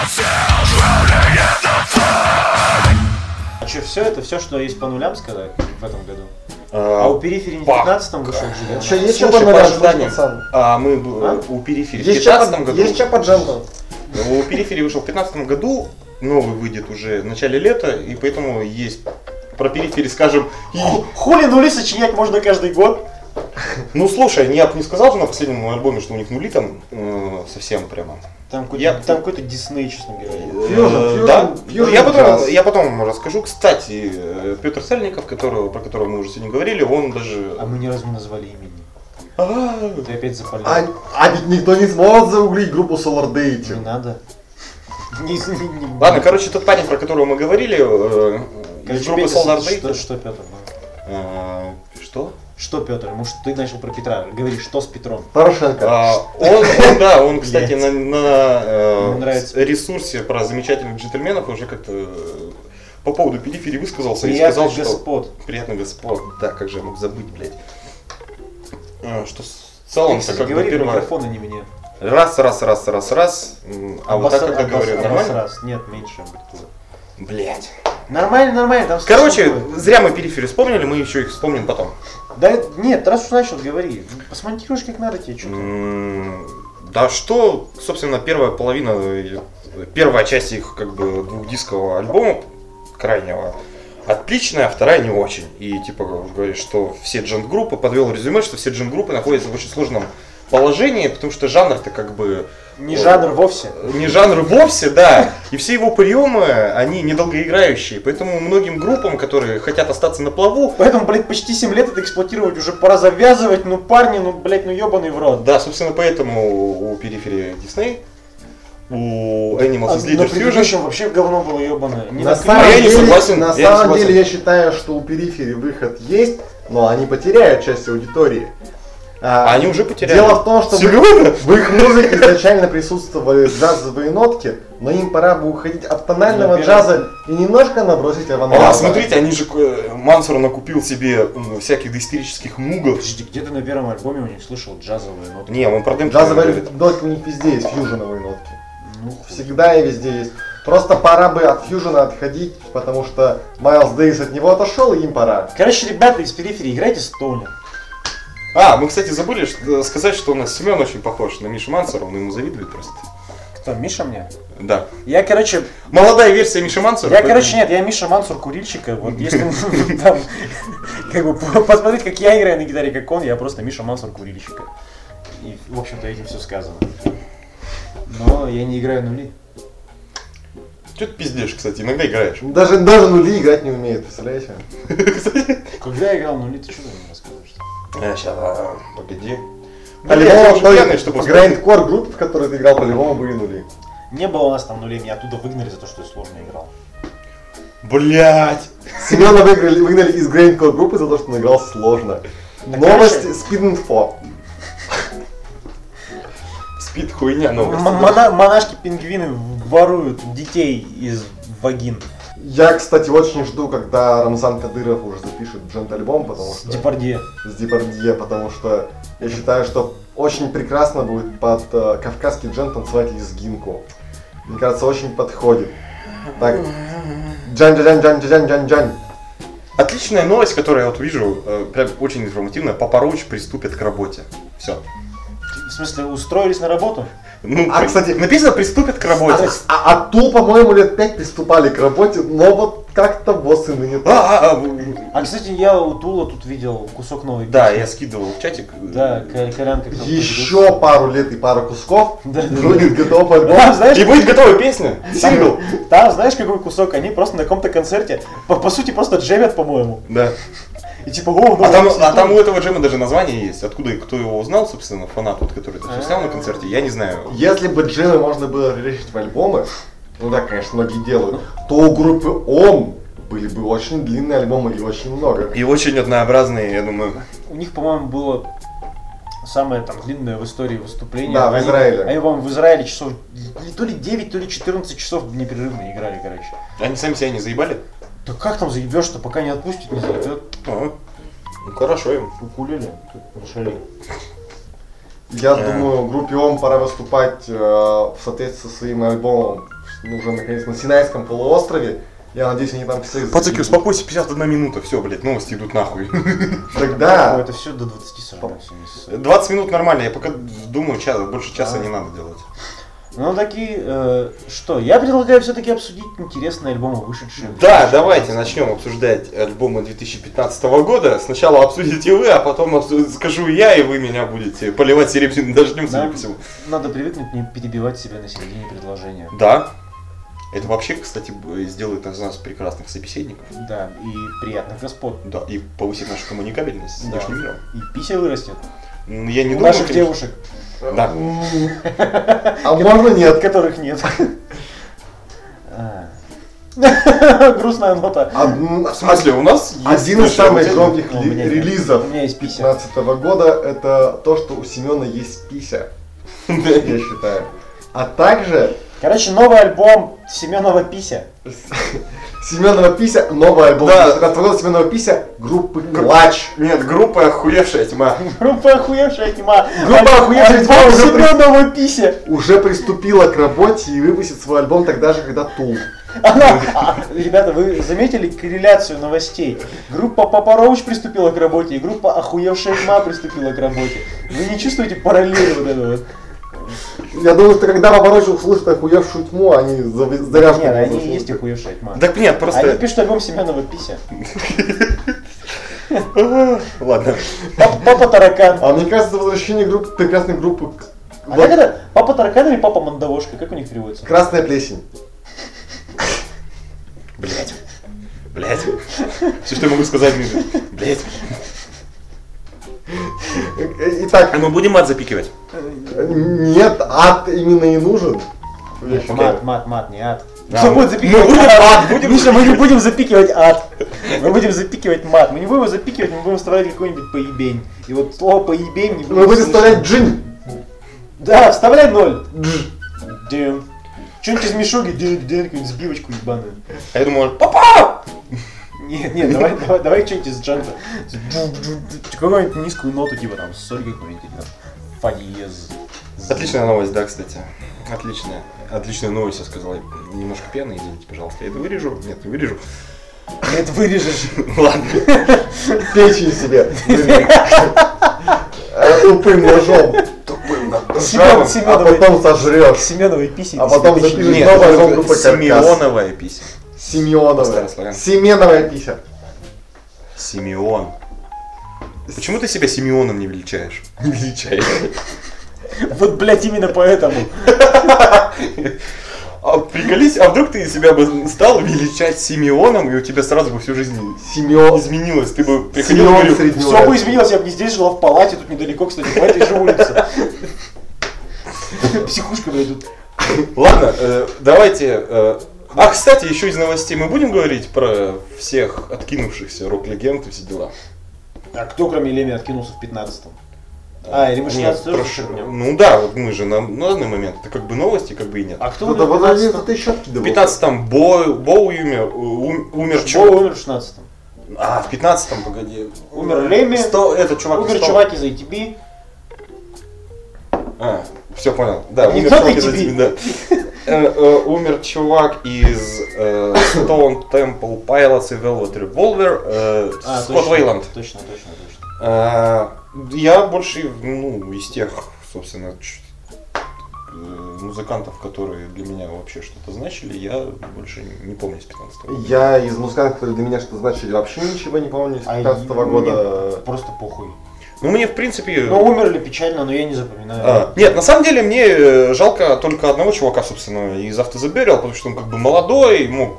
E: все А это все, что есть по нулям сказать в этом году. А у
C: А,
E: периферии не в
C: Пах.
E: 15 вышел Джиган.
D: Еще
C: Слушай,
D: есть чем по
C: по
D: нулям,
C: ожиданиям.
D: пацан?
C: а мы б-
E: А?
C: у периферии в
D: Есть чем
C: 2015
D: по-
C: году.
D: Есть чем по джангу?
C: У периферии вышел в 2015 году, новый выйдет уже в начале лета, и поэтому есть про периферии, скажем, и-
E: Ху- Хули нули сочинять можно каждый год.
C: ну слушай, я бы не сказал же на последнем альбоме, что у них нули там э, совсем прямо.
E: Там
C: Я-
E: какой-то, там какой-то Дисней, честно говоря.
D: Fusion,
C: Э, да.
D: Fusion, Fusion
C: я, потом,
D: Jazz.
C: я потом расскажу. Кстати, э, Петр Сальников, которого, про которого мы уже сегодня говорили, он даже...
E: А мы ни разу не назвали имени.
C: А,
E: Ты опять запалил.
D: А, а ведь никто не смог загуглить группу Solar
E: Не
D: Dating.
E: надо. Не- не- не-
C: Ладно, короче, тот парень, про которого мы говорили, э,
E: Короче,
C: из группы
E: Петя,
C: Solar
E: Что,
C: Date.
E: что Петр? ну?
C: Э, Что?
E: Что Петр? Может, ты начал про Петра. Говори, что с Петром?
D: Порошенко.
C: А, Он, он, да, он, кстати, на, на, э,
E: Мне нравится.
C: ресурсе про замечательных джентльменов уже как-то э, по поводу периферии высказался и
E: Приятный
C: сказал, что...
E: господ.
C: Приятный господ. Да, как же я мог забыть, блядь. Э, Что с- в целом,
E: Ты,
C: это
E: кстати,
C: как бы
E: говори в
C: первое.
E: микрофон, а не мне.
C: Раз, раз, раз, раз, раз. М, А вот так,
E: Обосра-
C: как я говорю,
E: обос-
C: нормально?
E: обосрас. Нет, меньше. амплитуда.
C: Блять.
E: Нормально, нормально. Там всё
C: Короче,
E: такое.
C: зря мы периферию вспомнили, мы еще их вспомним потом.
E: Да это- нет, раз уж начал, говори. Посмонтируешь как надо тебе что-то.
C: М, Да что, собственно, первая половина, э, первая часть их как бы двухдискового альбома крайнего отличная, а вторая не очень. И типа говорит, что все джент-группы, подвел резюме, что все джент-группы находятся в очень сложном положении, потому что жанр-то как бы
E: Не
C: Ой.
E: жанр вовсе.
C: не жанр вовсе, да, и все его приемы, они недолгоиграющие, поэтому многим группам, которые хотят остаться на плаву,
E: Поэтому, блядь, почти 7 лет это эксплуатировать уже пора завязывать. Ну, парни, ну, блядь, ну, ебаный в рот.
C: да, собственно, поэтому у периферии Disney, у Animals
E: А
D: ну,
C: is
E: на
C: Leaders Fusion,
E: предыдущем вообще говно было ебаное. Не
D: На
E: на
D: самом,
C: А я не
D: деле,
C: согласен,
D: на
C: я не
D: самом
C: согласен.
D: деле я считаю, что у периферии выход есть, но они потеряют часть аудитории. А,
C: А они уже потеряли.
D: Дело в том, что в,
C: Серьезно?
D: в их музыке изначально присутствовали джазовые нотки, но им пора бы уходить от тонального
E: Например.
D: джаза и немножко набросить авангарда.
C: А, смотрите, они же э, Мансур накупил себе м, всяких доистерических мугов.
E: Подожди, где ты на первом альбоме у них слышал джазовые ноты?
C: Не, он про дым
D: Джазовые нотки у них везде есть, фьюженовые нотки.
E: Ну, хуй.
D: Всегда и везде есть. Просто пора бы от фьюжена отходить, потому что Майлз Дэвис от него отошел, и им пора.
E: Короче, ребята из периферии, играйте стонер.
C: А, мы, кстати, забыли что- сказать, что у нас Семен очень похож на Мишу Мансура, он ему завидует просто.
E: Кто, Миша мне?
C: Да.
E: Я, короче,
C: Молодая версия Миши Мансура.
E: я,
C: поэтому-
E: короче, нет, я Миша Мансур курильщика. Вот если там, как бы, по- посмотреть, как я играю на гитаре, как он, я просто Миша Мансур курильщика. И, в общем-то, этим все сказано. Но я не играю нули.
C: Чё ты пиздишь, кстати, иногда играешь.
D: Даже, даже нули играть не умеет, представляете?
E: Когда я играл в нули, ты что мне рассказываешь?
C: А, сейчас, погоди. Ну, я
D: По-любому,
C: уже пьяный, чтобы
D: по
C: вспомнить.
D: грайндкор группе, в которой ты играл, по-любому были нули.
E: Не было у нас там нулей, меня оттуда выгнали за то, что я сложно играл.
C: Блять.
D: Семена выиграли, выгнали из грайндкор группы за то, что он играл сложно. Новости спид-инфо.
C: Спит хуйня
E: М-
C: новость.
E: мона- Монашки-пингвины воруют детей из вагин.
D: Я, кстати, очень жду, когда Рамзан Кадыров уже запишет джент-альбом, потому
E: С
D: что...
E: Депардье.
D: с Депардье, потому что я считаю, что очень прекрасно будет под э, кавказский джен танцевать лезгинку. Мне кажется, очень подходит. Так. джан джан джан джан джан джан
C: Отличная новость, которую я вот вижу, э, прям очень информативная. Папароуч приступит к работе. Все.
E: В смысле, устроились на работу?
C: Ну,
D: А,
C: при-
D: кстати,
C: написано приступят к работе.
D: А, а, а Тул, по-моему, лет пять приступали к работе, но вот как-то боссы ныне.
C: А, а, а,
E: А, кстати, я у Тула тут видел кусок новой
C: Да,
E: песни.
C: я скидывал в чатик.
E: Да, Коля- Колян как там
D: Еще пару лет и пару кусков,
E: Да.
D: и будет готов
E: поет.
D: альбом.
E: Там, знаешь,
C: И будет готова песня, сингл.
E: там- там, знаешь, какой кусок? Они просто на каком-то концерте, по, по сути, просто джемят, по-моему.
C: Да.
E: И типа, о,
C: А
E: новая
C: там,
E: песня
C: а там у
E: Тула».
C: этого джема даже название есть. Откуда и кто его узнал, собственно, фанат, вот, который это все снял на концерте, я не знаю.
D: Если бы джемы можно было превращать в альбомы, ну так, конечно, многие делают, то у группы ОМ были бы очень длинные альбомы и очень много.
C: И очень однообразные, я думаю.
E: У них, по-моему, было самое там длинное в истории выступление.
D: Да, в
E: Они-
D: Израиле.
E: Они, по-моему, в Израиле часов, то ли 9, то ли 14 часов непрерывно играли, короче.
C: Они сами себя не заебали?
E: Да как там заебешь-то, пока не отпустит, не заебет.
C: А, Ну, хорошо им.
E: Укулеле, тут нашали.
D: Я
C: Э.
D: думаю, группе ОМ пора выступать э, в соответствии со своим альбомом, ну, уже наконец на Синайском полуострове, Я надеюсь, они там всех...
C: Пацаки, успокойся, 51 минута, все, блядь, новости идут нахуй.
E: Ну,
D: Тогда...
E: это все до 20 40 70.
C: 20 минут нормально, я пока думаю, час, больше часа не надо делать.
E: Ну такие, э, что, я предлагаю все-таки обсудить интересные альбомы, вышедшие. в
C: Да,
E: 2016.
C: давайте начнем обсуждать альбомы 2015 года. Сначала обсудите вы, а потом обсу- скажу я, и вы меня будете поливать серебряным дождем, судя
E: Нам
C: по всему.
E: надо привыкнуть не перебивать себя на середине предложения.
C: Да. Это вообще, кстати, б- сделает из нас прекрасных собеседников.
E: Да, и приятных господ.
C: Да, и повысит нашу коммуникабельность с
E: Да.
C: внешним миром.
E: И пися вырастет.
C: Ну, Я не
E: У
C: думаю,
E: наших
C: конечно.
E: девушек,
C: Да.
D: А можно
E: от
D: нет?
E: которых нет. А. Грустная нота.
D: Од-
C: В смысле, у нас есть
D: Один из
C: наши
D: самых
C: аудитории.
D: громких
E: Ну, У
D: ли-
E: меня нет.
D: релизов
E: У меня есть пися.
D: 2015 года это то, что у Семена есть пися, я считаю. А также
E: Короче, новый альбом Семенова Пися.
D: Семенова Пися, новый альбом.
C: Да.
D: 2015 года Семенова Пися группы Клач.
C: Нет, группа охуевшая тьма.
E: Группа охуевшая тьма.
D: Группа охуевшая тьма
E: Альбом
D: уже при-
E: Семенова Пися.
D: Уже приступила к работе и выпустит свой альбом тогда же, когда Тул.
E: Она- а, Ребята, вы заметили корреляцию новостей? Группа Папа Роуч приступила к работе, и группа Охуевшая тьма приступила к работе. Вы не чувствуете параллели вот этого? вот?
D: Я думаю, что когда Папорочи услышат охуевшую тьму, они зав- заряжены.
E: Нет, они
D: послушают.
E: и есть Охуевшая тьма.
C: Так нет,
E: Они
C: просто...
E: пишут альбом Семенова Пися.
C: Ладно.
E: Пап- Папа Таракан.
D: А мне кажется, возвращение групп, прекрасной группы к-
E: А как это? Папа Таракан или Папа Мандавошка? Как у них переводится?
D: Красная плесень.
C: Блять. Блять. Все, что я могу сказать, блять.
D: Итак,
C: А мы будем мат запикивать?
D: э, нет, ад именно и нужен. Я считаю.
E: Мат, мат, мат, не ад.
C: Да,
E: Что
C: мы-
E: будет запикивать
C: мы будем ад, будем
E: Миша, мы не будем запикивать ад. Мы будем запикивать мат. Мы не будем его запикивать, мы будем вставлять какой-нибудь поебень. И вот слово поебень не
D: Мы
E: будем
D: будем
E: слышать.
D: вставлять джин.
E: Да, вставляй ноль. Дэн. Что-нибудь из мишуги, дэн, дэн, какую-нибудь сбивочку ебаную.
C: А я думал, папа!
E: Нет, нет, давай, давай, давай что-нибудь из джанта. Какую-нибудь низкую ноту, типа там, соль какую-нибудь, или там, фаниез.
C: Отличная новость, да, кстати. Отличная. Отличная новость, я сказал. Я Немножко пьяный, извините, пожалуйста. Я это вырежу? Нет, не вырежу.
E: Это вырежешь.
C: Ладно.
D: Печень себе. Э, Тупым ножом.
C: Тупым
E: Семен,
C: ножом.
D: А
E: Семеновой.
D: потом сожрешь.
E: Семеновой писи.
D: А потом
E: писи-
D: запишешь
C: Нет,
D: новый альбом
C: это
D: группы Каркас.
C: Симеоновая пись.
D: Семенова.
C: Старославян.
D: Семеновая пися.
C: Симеон. Почему ты себя Симеоном не величаешь? Не величаешь.
E: Вот, блядь, именно поэтому.
C: А приколись, а вдруг ты себя бы стал величать Симеоном, и у тебя сразу бы всю жизнь
D: Семен.
C: изменилось, ты бы приходил и
D: Семен
C: говорил,
E: Все бы
D: среднего.
E: изменилось, я бы не здесь жила, в палате, тут недалеко, кстати, в этой же улице. Психушка, блядь, тут.
C: Ладно, э, давайте. э, а, кстати, еще из новостей мы будем говорить про всех откинувшихся рок-легенд и все дела.
E: А кто, кроме Леми, откинулся в 15-м? А, или мы 16
C: про
E: тоже
C: ш-
E: шагнем?
C: Ну да, вот мы же на, на данный момент, это как бы новости, как бы и нет.
E: А кто умер
D: Да
E: в
D: вот они это
E: 15-м?
D: еще
C: в
D: откидывал.
C: 15-м Бо, Боу умер, ум- умер
E: Чего
C: чувак.
E: умер в 16-м?
C: А, в 15-м, погоди.
E: Умер Леми,
C: Сто, этот чувак из
E: Умер
C: Сто-
E: чувак из ATB.
C: А, все понял. Да,
E: Не
C: умер
E: тот
C: чувак из
E: ATB.
C: этих, да. Э, э, Умер чувак из э, Stone Temple Pilots и Velvet Revolver, э,
E: А,
C: Скотт
E: точно,
C: Вейланд.
E: Точно, точно, точно.
C: А, Я больше, ну, из тех, собственно, ч- э, музыкантов, которые для меня вообще что-то значили, я больше не помню с 15 года.
D: Я из музыкантов, которые для меня что значили, вообще Ну, ничего не помню с
E: А
D: 15
E: мне
D: года.
E: Просто похуй.
C: Ну, мне, в принципе...
E: Ну, умерли печально, но я не запоминаю.
C: а, нет, на самом деле мне э, жалко только одного чувака, собственно, из After the Burial, потому что он как бы молодой, мог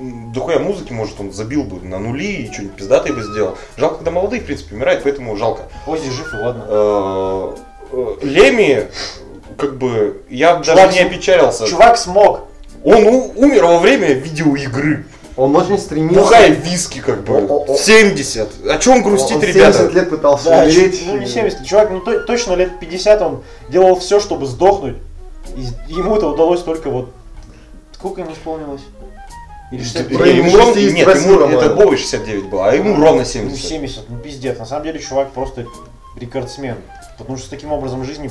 C: м, дохуя музыки, может, он забил бы на нули и что-нибудь пиздатый бы сделал. Жалко, когда молодые, в принципе, умирают, поэтому жалко.
E: Ози жив и ладно.
C: Э, э, Леми, как бы, я
E: Чувак,
C: даже не опечалился.
E: Чувак смог.
C: Он у- умер во время видеоигры.
D: Он очень стремился.
C: Бухая виски, как бы.
D: О, о, о.
C: 70. О чем
D: Он
C: грустить,
D: 70
C: ребята?
D: лет пытался
E: Да,
D: умереть.
E: ч- ну не 70, чувак, ну то- точно лет 50 он делал все, чтобы сдохнуть. И ему это удалось только вот... Сколько ему исполнилось? Или 69?
D: Про
C: Не, ему
D: ему
C: ровно-
D: 68,
C: Нет, ему это
D: по-моему.
C: Боуи 69 было, а ему ровно
E: Ну
C: 70.
E: 70, ну пиздец. На самом деле чувак просто рекордсмен. Потому что таким образом жизни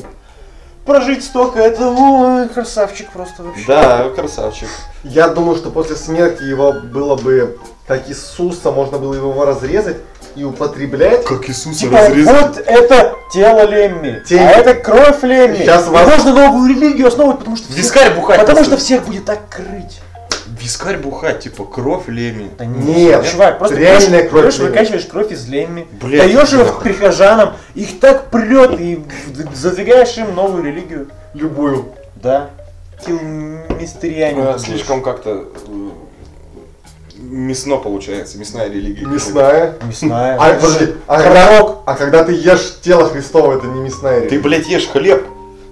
E: прожить столько, это ой, красавчик просто вообще.
C: Да, красавчик.
D: Я думаю, что после смерти его было бы, как Иисуса, можно было его разрезать и употреблять.
C: Как Иисуса
E: Типа, вот это тело Лемми,
D: Те-
E: а это кровь Лемми.
D: Сейчас
E: И
D: вас-
E: Можно новую религию основывать, потому что... всех-
C: Вискарь бухать
E: Потому
C: просто.
E: что всех будет так крыть.
C: Вискарь бухать, типа кровь леми.
E: Да
D: Нет,
E: чувак, просто
D: реальная
E: берешь-
D: кровь
E: берешь,
D: Лемми.
E: выкачиваешь кровь из Лемми,
C: Блядь,
E: даешь ее
C: нахуй.
E: прихожанам, их так прет и в- задвигаешь им новую религию.
D: Любую.
E: Да. Килл Мистерианин.
C: Типа, Слишком как-то э, мясно получается, мясная религия.
D: Мясная.
E: Мясная.
D: А, подожди, а когда, а когда ты ешь тело Христово, это не мясная
C: Ты,
D: речь.
C: блядь, ешь хлеб.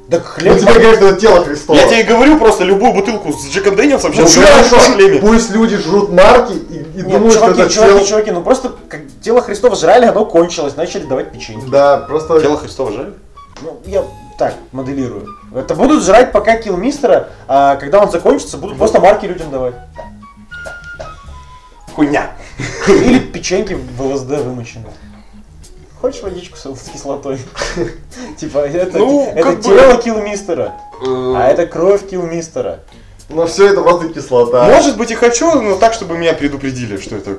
E: Да
D: Ну
E: хлеб.
D: тебе говорят, что это тело Христово.
C: Я тебе и говорю просто любую бутылку с Джеком Дэниелсом
D: Ну
C: сейчас
D: хорошо,
C: в шлеме.
D: пусть люди жрут нарки и, и
E: Нет,
D: думают,
E: чуваки,
D: что это
E: чуваки,
D: тело...
E: чуваки, ну просто как тело Христова жрали, оно кончилось, начали давать печенье.
D: Да, просто...
C: Тело Христова жаль?
E: Ну, я так моделирую. Это будут жрать пока килл мистера, а когда он закончится, будут просто марки людям давать.
C: Хуйня.
E: Или печеньки в ЛСД вымочены. Хочешь водичку с с кислотой? Типа, это,
C: Ну,
E: это
C: как бы- Э.
E: тело килл мистера, а это кровь килл мистера.
D: Но все это просто кислота.
C: Может быть и хочу, но так, чтобы меня предупредили, что это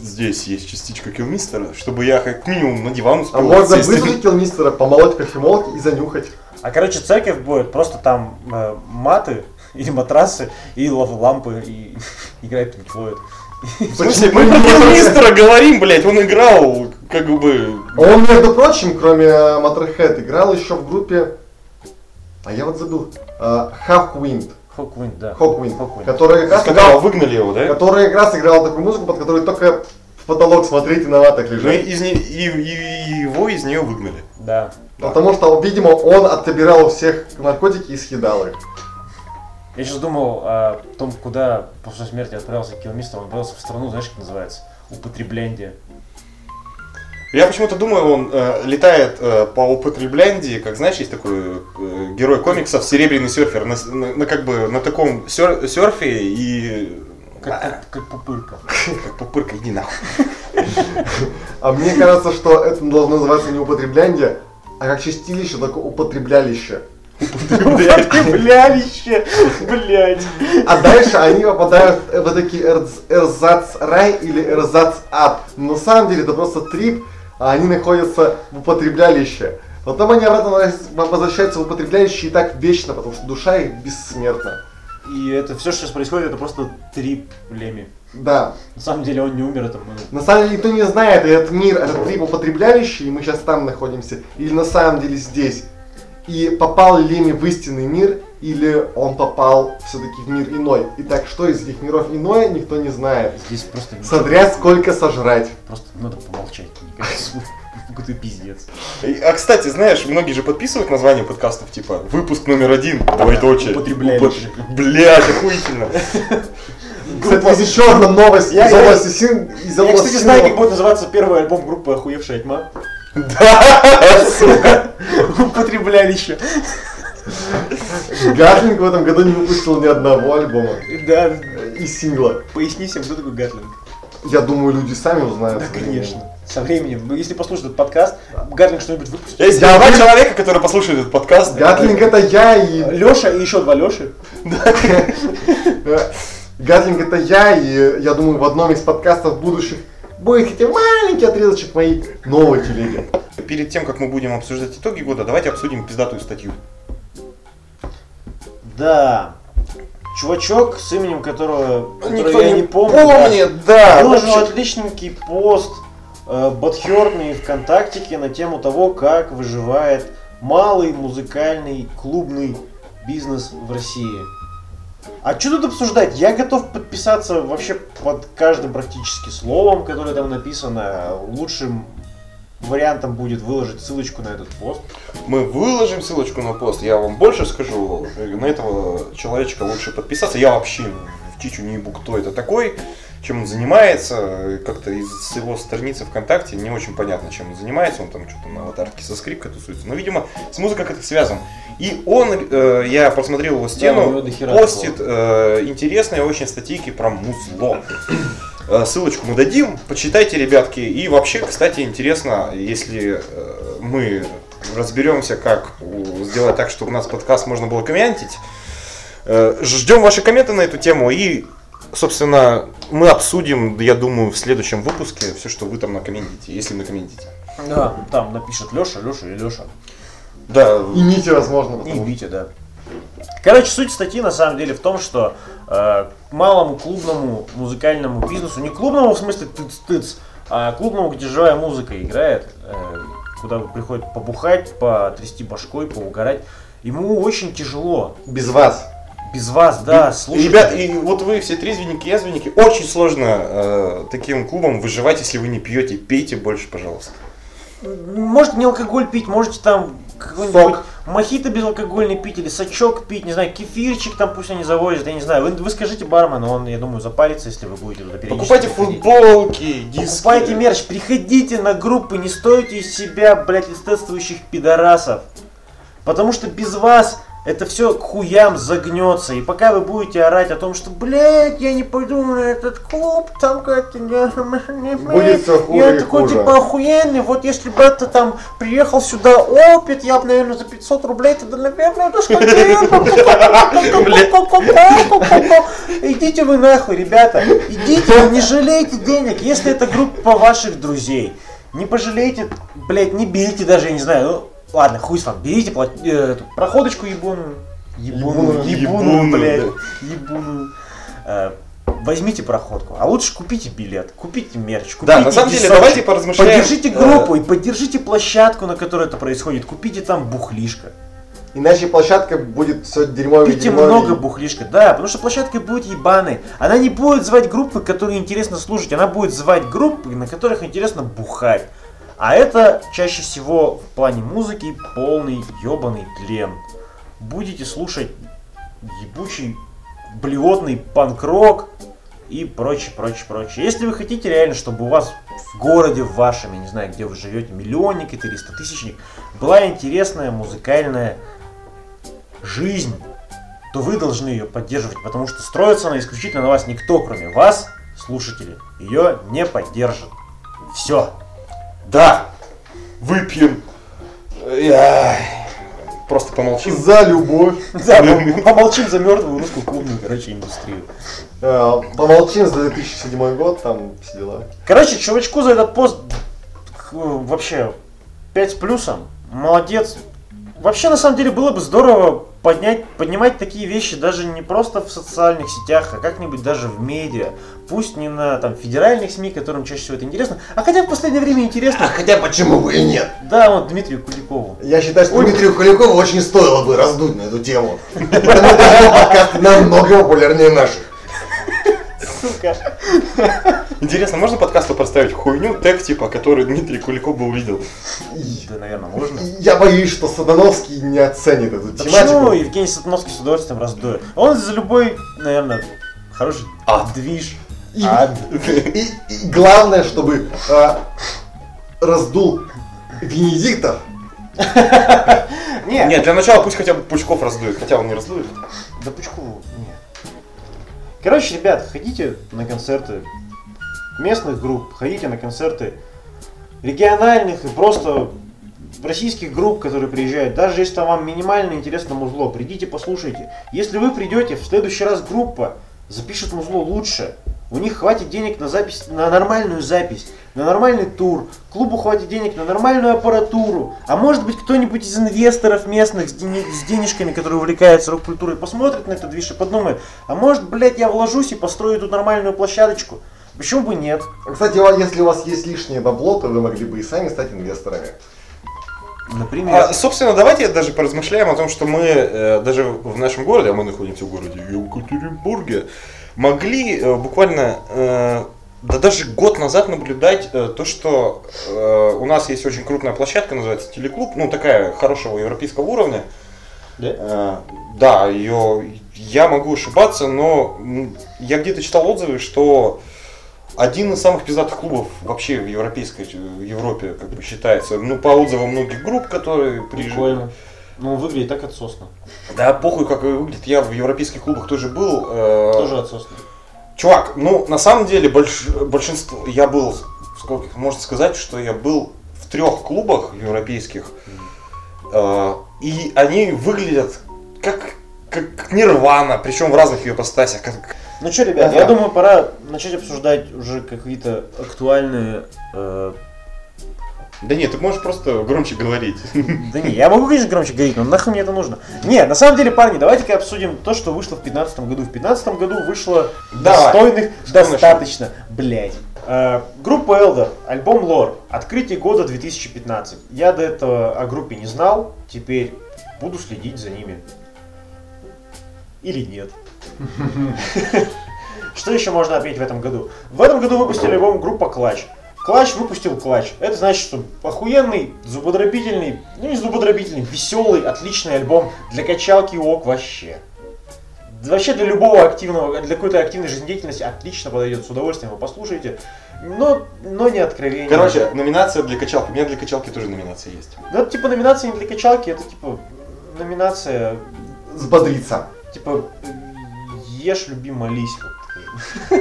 C: здесь есть частичка килмистера, чтобы я как минимум на диван успел
D: А можно
C: сесть.
D: вызвать мистера, помолоть кофемолки и занюхать.
E: А короче, церковь будет просто там э, маты или матрасы и лав- лампы и играет Pink Floyd.
C: В смысле, мы
D: Почему
C: про
D: не
C: килмистера говорим, блядь, он играл, как бы...
D: Он, между прочим, кроме э, Motorhead, играл еще в группе... А я вот забыл. а, Halfwind.
E: Хоквин, да.
D: Hawkwind.
E: Hawkwind.
D: Которая как, раз
C: Когда
D: играла,
C: выгнали его, да?
D: которая как раз играла такую музыку, под которую только в потолок смотреть и на ватах
C: Ну, и
D: лежать.
C: из не- и, и- и его из нее выгнали.
E: Да.
D: Потому что, видимо, он отобирал у всех наркотики и съедал их.
E: Я сейчас думал о том, куда после смерти отправился Килмистер. Он отправился в страну, знаешь, как называется? Употребляндия.
C: Я почему-то думаю, он э, летает э, по употребляндии, как знаешь, есть такой э, герой комиксов Серебряный серфер, на, с- на- на как бы на таком сер- серфе и
E: Как, как, как пупырка.
C: как пупырка, иди нахуй.
D: А мне кажется, что это должно называться не употребляндие, а как чистилище, только употреблялище.
E: Употребляющая, блядь.
D: А дальше они попадают в такие эрзац рай или эрзац ад. Но на самом деле это просто трип, а они находятся в употребляющее. Потом они обратно воз- возвращаются в употребляющие и так вечно, потому что душа их бессмертна.
E: И это все, что сейчас происходит, это просто трип Леми.
D: Да.
E: На самом деле он не умер, это мы...
D: На самом деле никто не знает, этот мир, этот трип употребляющий, и мы сейчас там находимся, или на самом деле здесь. И попал ли Леми в истинный мир, или он попал все-таки в мир иной. Итак, что из этих миров иное, никто не знает.
E: Здесь просто... ничего.
D: Содря сколько сожрать.
E: Просто надо помолчать, мне кажется. Какой-то пиздец.
C: И, А кстати, знаешь, многие же подписывают название подкастов, типа выпуск номер один, двоеточие.
E: Употребляющий.
C: Упот- Блядь, охуительно.
D: Кстати, есть еще одна новость
E: Я-
D: из
E: я-
D: области син... Из
E: Я,
D: области
E: кстати, знаю, как
D: синего.
E: будет называться первый альбом группы «Охуевшая тьма». Да, сука. Употребляющая.
D: Гатлинг в этом году не выпустил ни одного альбома
E: Да,
D: и сингла.
E: поясни всем, кто такой Гатлинг.
D: Я думаю, люди сами узнают.
E: Да,
D: со временем.
E: конечно. Со временем. Ну, если послушать этот подкаст, Гатлинг что-нибудь выпустит.
C: Есть
D: Я
C: два
D: вы-
C: человека, которые послушают этот подкаст.
D: Гатлинг это я и
E: Леша и еще два Леши.
D: Э, Гатлинг это я, и я думаю, в одном из подкастов будущих будет хотя бы маленький отрезочек моей новой телеги.
C: Перед тем, как мы будем обсуждать итоги года, давайте обсудим пиздатую статью.
E: Да. Чувачок, с именем которого,
C: Никто
E: которого я не помню. Ну,
C: помнит, да.
E: Выложил
C: вообще.
E: отличненький пост э, Бадхёрный ВКонтактике на тему того, как выживает малый музыкальный клубный бизнес в России. А что тут обсуждать? Я готов подписаться вообще под каждым практически словом, которое там написано. Лучшим вариантом будет выложить ссылочку на этот пост.
C: Мы выложим ссылочку на пост. Я вам больше скажу. На этого человечка лучше подписаться. Я вообще в чичу не ебу, кто это такой, чем он занимается. Как-то из его страницы ВКонтакте не очень понятно, чем он занимается. Он там что-то на аватарке со скрипкой тусуется. Но, видимо, с музыкой как-то связано. И он, э, я просмотрел его
E: Да, у него
C: стену,
E: дохера
C: постит э, интересные очень статейки про музло. Э, Ссылочку мы дадим, почитайте, ребятки. И вообще, кстати, интересно, если э, мы разберемся, как у- сделать так, чтобы у нас подкаст можно было комментить. Э, Ждем ваши комменты на эту тему и, собственно, мы обсудим, я думаю, в следующем выпуске все, что вы там накомментите, если накомментите.
E: Да, там напишет Леша, Леша и Леша.
C: Да,
D: И Мити, возможно,
E: И
D: потому
E: Витя, да. Короче, суть статьи на самом деле в том, что э, к малому клубному музыкальному бизнесу, не клубному в смысле тыц-тыц, а клубному, где живая музыка играет, э, куда приходит побухать, потрясти башкой, поугарать, ему очень тяжело.
D: без вас.
E: Без вас, да, слушайте.
C: Ребят, и вот вы все трезвенники, язвенники, очень сложно э, таким клубом выживать, если вы не пьете. Пейте больше, пожалуйста.
E: Можете не алкоголь пить, можете там какой-нибудь мохито безалкогольный пить или сачок пить, не знаю, кефирчик там пусть они завозят, я не знаю. Вы, вы скажите бармену, он, я думаю, запарится, если вы будете туда периодически
C: Покупайте
E: ходить.
C: футболки, диски.
E: Покупайте мерч, приходите на группы, не стойте из себя, блядь, эстетствующих пидорасов. Потому что без вас это все к хуям загнется. И пока вы будете орать о том, что, блядь, я не пойду на этот клуб, там как-то... Будет
D: Будет всё хуже
E: Я
D: и
E: такой,
D: хуже.
E: типа, охуенный, вот если бы это там приехал сюда опит, я бы, наверное, за 500 рублей тогда, наверное, расходил. Идите вы нахуй, ребята. Идите, не жалейте денег, если это группа ваших друзей. Не пожалейте, блядь, не берите даже, я не знаю, ну, ладно, хуй с вами, берите плат- э, эту проходочку ебуную. Ебуную,
D: Ебуную,
E: ебуную,
C: ебуную,
E: блядь,
C: да.
E: ебуную. Э, Возьмите проходку, а лучше купите билет, купите мерч, купите
C: Да, на самом деле,
E: десантчик.
C: давайте поразмышляем.
E: Поддержите
C: э,
E: группу и поддержите площадку, на которой это происходит. Купите там бухлишко.
D: Иначе площадка будет все дерьмо
E: Купите много бухлишка, да, потому что площадка будет ебаной. Она не будет звать группы, которые интересно слушать, она будет звать группы, на которых интересно бухать. А это чаще всего в плане музыки полный ебаный тлен. Будете слушать ебучий блевотный панк-рок и прочее, прочее, прочее. Если вы хотите реально, чтобы у вас в городе вашем, я не знаю, где вы живете, миллионник и 300 тысячник, была интересная музыкальная жизнь, то вы должны ее поддерживать, потому что строится она исключительно на вас. Никто, кроме вас, слушателей, ее не поддержит. Все.
C: Да, выпьем. Я- э, Просто помолчим.
D: За любовь.
E: Да, пом- помолчим за мертвую русскую клубную, короче, индустрию.
D: Э, Помолчим за 2007 год, там все дела.
E: Короче, чувачку за этот пост к- вообще 5 с плюсом. Молодец. Вообще, на самом деле, было бы здорово поднять, поднимать такие вещи даже не просто в социальных сетях, а как-нибудь даже в медиа. Пусть не на там, федеральных СМИ, которым чаще всего это интересно, а хотя в последнее время интересно.
D: хотя почему бы и нет?
E: Да, вот Дмитрию Куликову.
D: Я считаю, что Дмитрию Куликову очень стоило бы раздуть на эту тему. Потому что его подкасты намного популярнее наших.
E: Сука.
C: Интересно, можно подкасту поставить хуйню, тег типа, который Дмитрий Куликов бы увидел?
D: И-
E: Да, наверное, можно.
D: Я боюсь, что Садановский не оценит эту
E: Да почему
D: тематику.
E: Евгений Сатановский с удовольствием раздует? Он за любой, наверное, хороший движ.
D: И,
E: А,
D: и- и главное, чтобы а, раздул Венедиктов.
E: Нет,
C: Нет, для начала пусть хотя бы Пучков раздует, хотя он не раздует.
E: Да Пучкову нет. Короче, ребят, ходите на концерты местных групп, ходите на концерты региональных и просто российских групп, которые приезжают. Даже если там вам минимально интересно музло, придите послушайте. Если вы придете, в следующий раз группа запишет музло лучше. У них хватит денег на запись, на нормальную запись, на нормальный тур. Клубу хватит денег на нормальную аппаратуру. А может быть кто-нибудь из инвесторов местных с, дени- с денежками, который увлекается рок-культурой, посмотрит на это движ и подумает, а может, блядь, я вложусь и построю тут нормальную площадочку. Почему бы нет?
D: Кстати, а если у вас есть лишнее бабло, то вы могли бы и сами стать инвесторами.
E: Например.
C: А, собственно, давайте даже поразмышляем о том, что мы э, даже в нашем городе, а мы находимся в городе Екатеринбурге, могли э, буквально, э, да даже год назад наблюдать э, то, что э, у нас есть очень крупная площадка, называется Телеклуб, ну такая хорошего европейского уровня. Э, да, ее я могу ошибаться, но м, я где-то читал отзывы, что один из самых пиздатых клубов вообще в европейской э, в Европе как бы считается. Ну, по отзывам многих групп, которые приезжают.
E: Ну, выглядит так отсосно.
C: Да, похуй, как выглядит. Я в европейских клубах тоже был.
E: А.
C: э,
E: отсосно.
C: Чувак, ну на самом деле больш- большинство. Я был, сколько можно сказать, что я был в трех клубах европейских. Э, И они выглядят как, как Нирвана, причем в разных ее постасях.
E: Ну что, ребят,
C: Ага.
E: я думаю, пора начать обсуждать уже какие-то актуальные... э,
C: Да нет, ты можешь просто громче говорить.
E: Да не, я могу, конечно, громче говорить, но нахуй мне это нужно. Не, на самом деле, парни, давайте-ка обсудим то, что вышло в 2015 году. В 2015 году вышло
C: Давай.
E: достойных
C: Что
E: достаточно, блять. группа Elder, альбом Лор, открытие года 2015. Я до этого о группе не знал, теперь буду следить за ними. Или нет. Что еще можно отметить в этом году? В этом году выпустили альбом группа Клач. Клач выпустил Клач. Это значит, что охуенный, зубодробительный, ну не зубодробительный, веселый, отличный альбом для качалки ок вообще. Да Вообще для любого активного, для какой-то активной жизнедеятельности отлично подойдет. С удовольствием его послушайте. Но, но не откровение.
C: Короче, номинация для качалки. У меня для качалки тоже номинация есть.
E: Ну, это типа номинация не для качалки, это типа номинация,
D: Взбодриться.
E: типа, ешь, люби, молись. вот.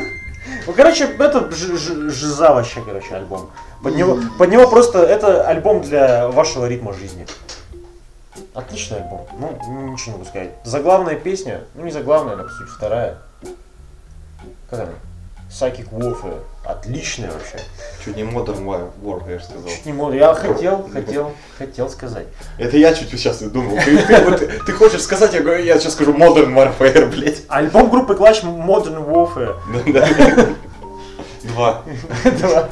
E: Ну, короче, это ж- ж- жиза вообще, короче, альбом. Под него, под него просто, это альбом для вашего ритма жизни. Отличный альбом. Ну, ничего не могу сказать. Заглавная песня, ну не заглавная, она, по сути, вторая. Как она? Psychic Warfare. Отличная вообще.
C: Чуть не Modern War- Warfare сказал.
E: Чуть не мог. Я хотел, хотел, хотел сказать.
C: Это я чуть сейчас и думал. Ты, ты вот- ты хочешь сказать, я, говорю, я сейчас скажу Modern Warfare, блядь.
E: Альбом группы Clash Modern Warfare.
C: Да-да. Два.
E: этого.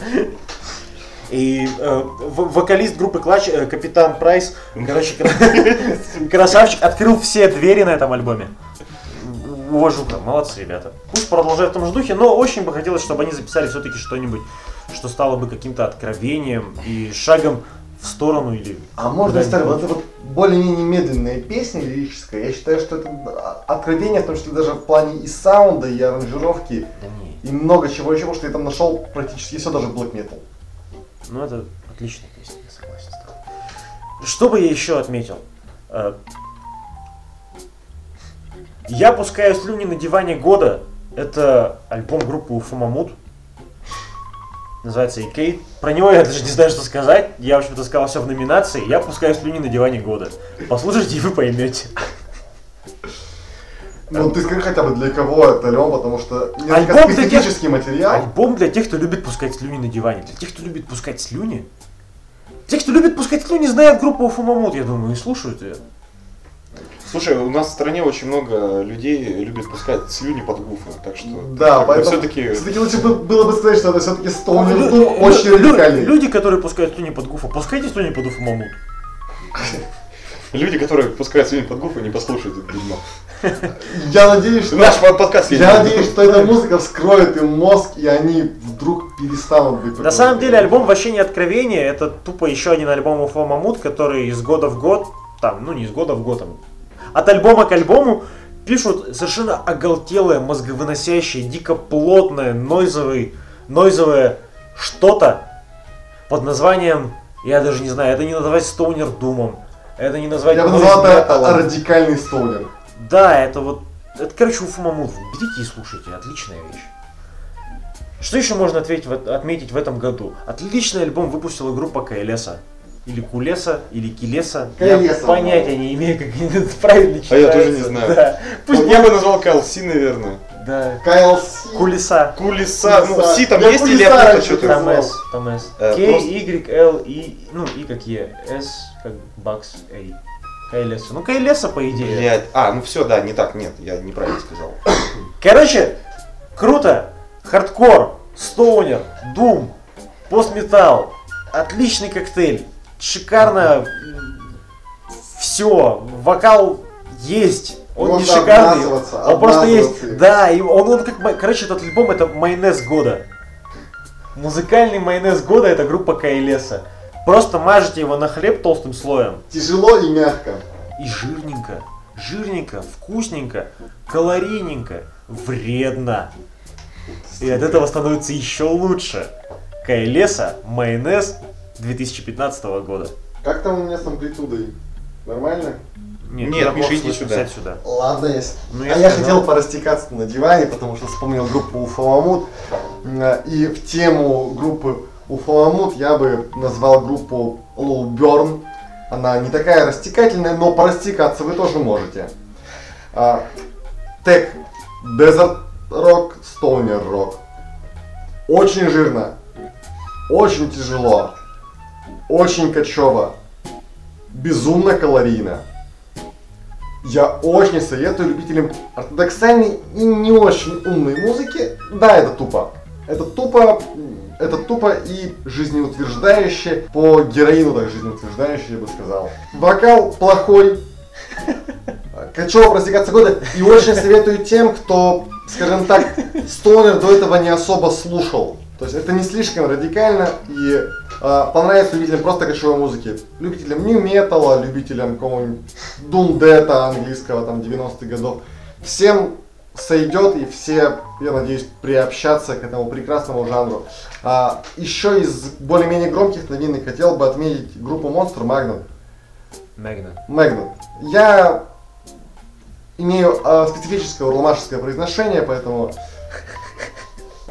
E: И э, в- вокалист группы Клач, э, капитан Прайс, короче, кра- красавчик, открыл все двери на этом альбоме. Уважуха, молодцы, ребята. Пусть продолжают в том же духе, но очень бы хотелось, чтобы они записали все-таки что-нибудь, что стало бы каким-то откровением и шагом в сторону или...
D: А можно
E: куда-нибудь.
D: сказать, вот эта вот более-менее медленная песня лирическая, я считаю, что это а, откровение, потому что даже в плане и саунда, и аранжировки,
E: Да не,
D: и много чего еще, потому что я там нашел практически все, даже black metal.
E: ну это отличная песня, я согласен с тобой. Что бы я еще отметил? Э, Я пускаю слюни на диване года. Это альбом группы Уфу Мамут. Называется Икей. Про него я даже не знаю, что сказать. Я, в общем-то, сказал все в номинации. Я пускаю слюни на диване года. Послушайте, и вы поймете.
D: Ну ты скажи хотя бы для кого это Лём, потому что несколько
E: Альбом для тех-
D: специфический материал.
E: Альбом для тех, кто любит пускать слюни на диване. Для тех, кто любит пускать слюни. Те, кто любит пускать слюни, знают группу Уфу Мамут, я думаю, и слушают ее.
C: Слушай, у нас в стране очень много людей любит пускать слюни под гуфы, так что...
D: Да, поэтому
C: Все-таки...
D: все-таки лучше бы- было бы сказать, что это все-таки Stone
E: Лю-
D: Doom очень
E: лю- лю-
D: радикальный.
E: Люди, которые пускают слюни под гуфа, пускайте слюни под гуфа мамут.
C: Люди, которые пускают слюни под гуфы, не послушают это дерьмо.
D: Я надеюсь, что...
C: Наш под- подкаст
D: Я надеюсь, что эта музыка вскроет им мозг, и они вдруг перестанут быть.
E: На самом деле альбом вообще не откровение, это тупо еще один альбом Уфа Мамут, который из года в год, там, ну не из года в год, там, от альбома к альбому пишут совершенно оголтелое, мозговыносящее, дико плотное, нойзовый, нойзовое что-то под названием, я даже не знаю, это не назвать Стоунер Думом, это не назвать...
D: Я бы
E: noise
D: назвал
E: metal'ом.
D: это радикальный стоунер.
E: Да, это вот... Это, короче, Уфа Мамут. Берите и слушайте. Отличная вещь. Что еще можно ответить в эт- отметить в этом году? Отличный альбом выпустила группа Кайлеса. Или Кулеса, или Килеса. Я
D: Каэлеса, ну.
E: понятия не имею, как они это правильно
C: А
E: читаются.
C: я тоже не знаю.
E: Да. Пусть
D: Ну,
C: я бы назвал Калси, наверное.
E: Да.
D: Кайл
E: Кулеса.
C: Кулиса, ну,
D: Кулиса.
C: Си там
D: Я
C: есть
D: Кулиса
C: или я просто
D: раньше
C: что-то...
D: называл.
E: Там С. Там С.
C: Э,
E: К,
C: просто-
E: Y, Л, И. Ну, И как Е. С, как Бакс, Эй. Кайлеса. Ну, Кайлеса, по идее.
C: Блядь. А, ну все, да, не так, нет, я неправильно сказал.
E: Короче, круто. Хардкор, стоунер, дум, постметал. Отличный коктейль. Шикарно. Все. Вокал есть. Он
D: Можно
E: не шикарный.
D: обмазываться,
E: он просто
D: обмазываться.
E: есть. Да, и он, он как... ма- Короче, этот альбом это майонез года. Музыкальный майонез года это группа Кайлеса. Просто мажете его на хлеб толстым слоем.
D: Тяжело и мягко.
E: И жирненько, жирненько, вкусненько, калорийненько, вредно. И от этого становится еще лучше. Кайлеса майонез 2015 года.
D: Как там у меня с амплитудой? Нормально?
E: Нет,
C: Нет,
E: туда
C: Миша,
E: плохо
C: иди
E: слышно,
C: сюда.
E: сядь сюда.
D: Ладно, если...
E: Ну,
D: а я
E: сказал.
D: хотел порастекаться на диване, потому что вспомнил группу Уфаламут. М, И в тему группы Уфаламут я бы назвал группу Лоу Берн. Она не такая растекательная, но порастекаться вы тоже можете. А, Тег. Desert Rock, Stoner Rock. Очень жирно. Очень тяжело. Очень кочево. Безумно калорийно. Я очень советую любителям ортодоксальной и не очень умной музыки. Да, это тупо. Это тупо, м, это тупо и жизнеутверждающе, по героину так жизнеутверждающе, я бы сказал. Вокал плохой, Качева простекаться года. И очень советую тем, кто, скажем так, стонер до этого не особо слушал. То есть это не слишком радикально и а, понравится любителям просто кочевой музыки. Любителям нью металла, любителям какого-нибудь дундета английского там 90-х годов. Всем сойдет и все, я надеюсь, приобщаться к этому прекрасному жанру. А, еще из более-менее громких новинок хотел бы отметить группу Monster Magnum.
E: Мэгна.
D: Магнат. Я имею э, специфическое урлмашеское произношение, поэтому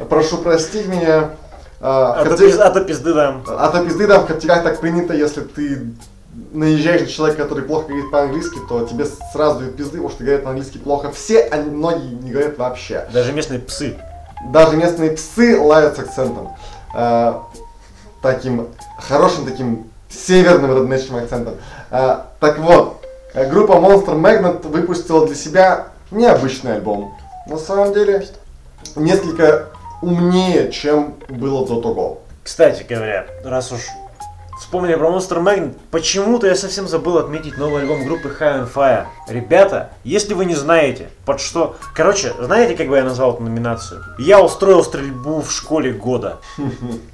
D: прошу простить меня. Э,
E: А
D: хотя-
E: то пиз- а то пизды дам.
D: а то пизды там в каптирях так принято, если ты наезжаешь на человека, который плохо говорит по-английски, то тебе сразу дают пизды, потому что говорят по-английски плохо. Все, а многие не говорят вообще.
E: Даже местные псы.
D: Даже местные псы лают с акцентом. Э, таким хорошим, таким северным роднечным акцентом. Э, так вот, э, группа Monster Magnet выпустила для себя необычный альбом. На самом деле, несколько умнее, чем было до того.
E: Кстати говоря, раз уж вспомнили про Monster Magnet, почему-то я совсем забыл отметить новый альбом группы High on Fire. Ребята, если вы не знаете, под что... Короче, знаете, как бы я назвал эту номинацию? Я устроил стрельбу в школе года.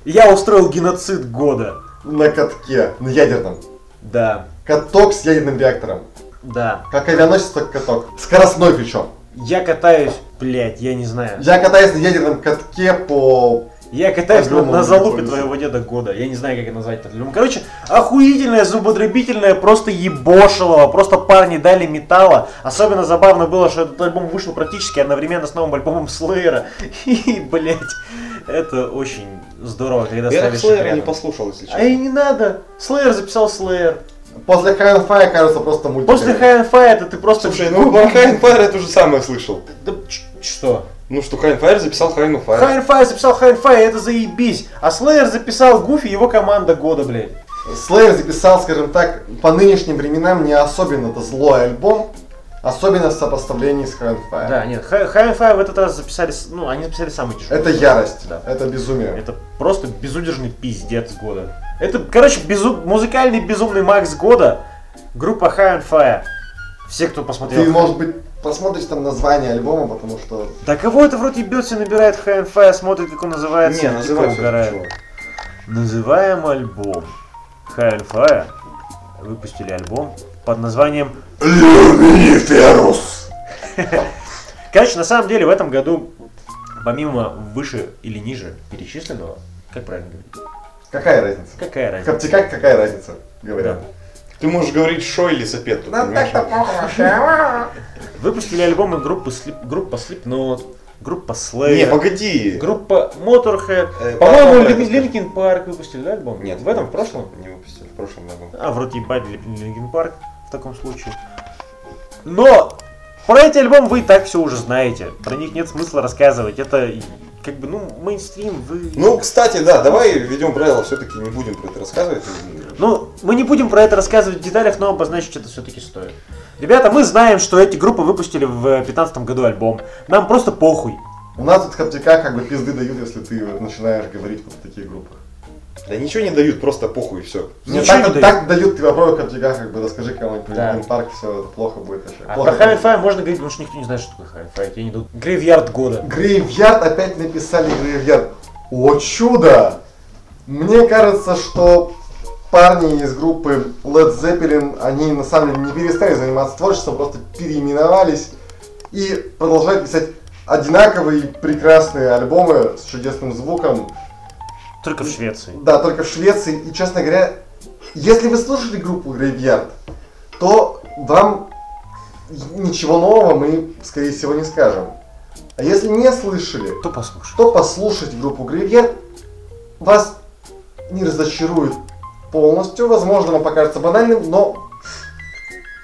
E: Я устроил геноцид года.
D: На катке, на ядерном.
E: Да,
D: Каток с ядерным реактором.
E: да.
D: Как авианосец, так каток. Скоростной причем.
E: Я катаюсь, блядь, я не знаю.
D: Я катаюсь на ядерном катке по...
E: Я катаюсь на,
D: Огромному
E: на залупе
D: пользу.
E: твоего деда года. Я не знаю, как это назвать. этот альбом. Короче, охуительное, зубодробительное, просто ебошилово. Просто парни дали металла. Особенно забавно было, что этот альбом вышел практически одновременно с новым альбомом Слэйра. И, блядь, это очень здорово,
C: Я
E: когда
C: так
E: ставишь их
C: Slayer не
E: рядом.
C: послушал, если
E: А
C: честно.
E: и не надо. Слэйр записал Слэйр.
D: После High on Fire, кажется, просто мультик.
E: После High and Fire это ты просто...
C: Слушай, ну про High Fire я то же самое слышал.
E: Да ч- что?
C: Ну что, High Fire записал High Fire.
E: High and Fire записал High and Fire, это заебись. А Слэйр записал Гуфи, его команда года, блядь.
D: Слэйр записал, скажем так, по нынешним временам не особенно-то злой альбом, особенно в сопоставлении с High on Fire.
E: Да, нет, Hi- High Five в этот раз записали, с- ну, они записали самый тяжелый.
D: Это ярость,
E: Да.
D: это безумие.
E: Это просто безудержный пиздец года. Это, короче, безу- музыкальный безумный Макс года, группа High on Fire. Все, кто посмотрел...
D: Ты, может быть, посмотришь там название альбома, потому что...
E: Да кого это вроде Бетси набирает High on Fire, смотрит, как он называется,
C: Не,
E: и дико
C: называй всё,
E: угорает.
C: чувак.
E: Называем альбом. High on Fire выпустили альбом под названием
D: Люминиферус!
E: Короче, на самом деле в этом году, помимо выше или ниже перечисленного, как правильно говорить?
D: Какая разница?
E: Какая разница?
D: Коптикак, какая разница, говорят.
E: Да.
C: Ты можешь говорить шо или сапет, понимаешь?
E: Выпустили альбомы группы Slip- группа Slipknot, группа Slayer,
C: Не, погоди.
E: группа Motorhead.
C: Э,
E: По-моему,
C: Parkway
E: Линк-
C: это-
E: Линкин Парк выпустили, да, альбом?
C: Нет,
E: в этом,
C: не
E: в прошлом?
C: выпустили, Не выпустили, в прошлом году.
E: А, вроде ебать Лин- Линкин Парк в таком случае. Но про эти альбомы вы и так все уже знаете. Про них нет смысла рассказывать. Это и- как бы, ну, мейнстрим, вы...
C: Ну, кстати, да, давай введем правило, все-таки не будем про это рассказывать.
E: Ну, мы не будем про это рассказывать в деталях, но обозначить это все-таки стоит. Ребята, мы знаем, что эти группы выпустили в 2015 году альбом. Нам просто похуй.
D: У нас тут коптика как бы пизды дают, если ты начинаешь говорить вот в таких группах.
C: Да ничего не дают, просто похуй и все.
E: Ничего
D: так,
E: Ну, не дают.
D: так дают, ты попробуй коптика, как бы расскажи кому-нибудь про
E: Да.
D: Linkin Park, все, это плохо будет вообще.
E: А
D: Плохо
E: про High
D: будет.
E: Five можно говорить, потому что никто не знает, что такое High Five. Я не иду. Грейвьярд года.
D: Грейвьярд опять написали Грейвьярд. О чудо! Мне кажется, что парни из группы Led Zeppelin, они на самом деле не перестали заниматься творчеством, просто переименовались и продолжают писать одинаковые прекрасные альбомы с чудесным звуком.
E: Только в Швеции.
D: Да, только в Швеции. И, честно говоря, если вы слушали группу Грейвьярд, то вам ничего нового мы, скорее всего, не скажем. А если не слышали,
E: Кто послушает?
D: что послушать группу Гривьер вас не разочарует полностью. Возможно, вам покажется банальным, но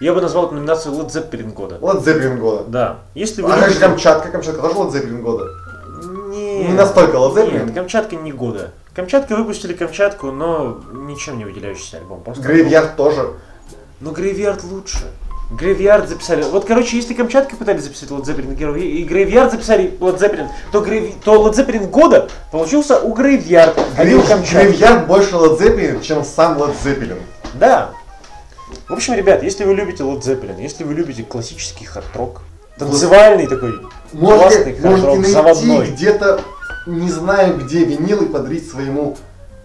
E: Я бы назвал эту номинацию Led Zeppelin года.
D: Led Zeppelin года.
E: Да. Если вы...
D: А как же
E: любите-
D: Камчатка? Камчатка тоже Led Zeppelin года.
E: Не,
D: Не настолько Led Zeppelin.
E: Нет, Камчатка не года. Камчатка выпустили Камчатку, но ничем не выделяющийся альбом. Просто
D: Грейвьярд тоже.
E: Но Грейвьярд лучше. Грейвьярд записали. Вот, короче, если Камчатка пытались записать Led Zeppelin героев, и и Грейвьярд записали Led Zeppelin, то, Грей... то Led Zeppelin года получился у Грейвьярд, а не у Камчатки.
D: Грейвьярд больше Led Zeppelin, чем сам Led Zeppelin.
E: Да. В общем, ребят, если вы любите Led Zeppelin, если вы любите классический хард-рок, танцевальный такой, классный
D: Можете, можете
E: хард-рок,
D: найти
E: заводной.
D: где-то, не знаю где, винил и подарить своему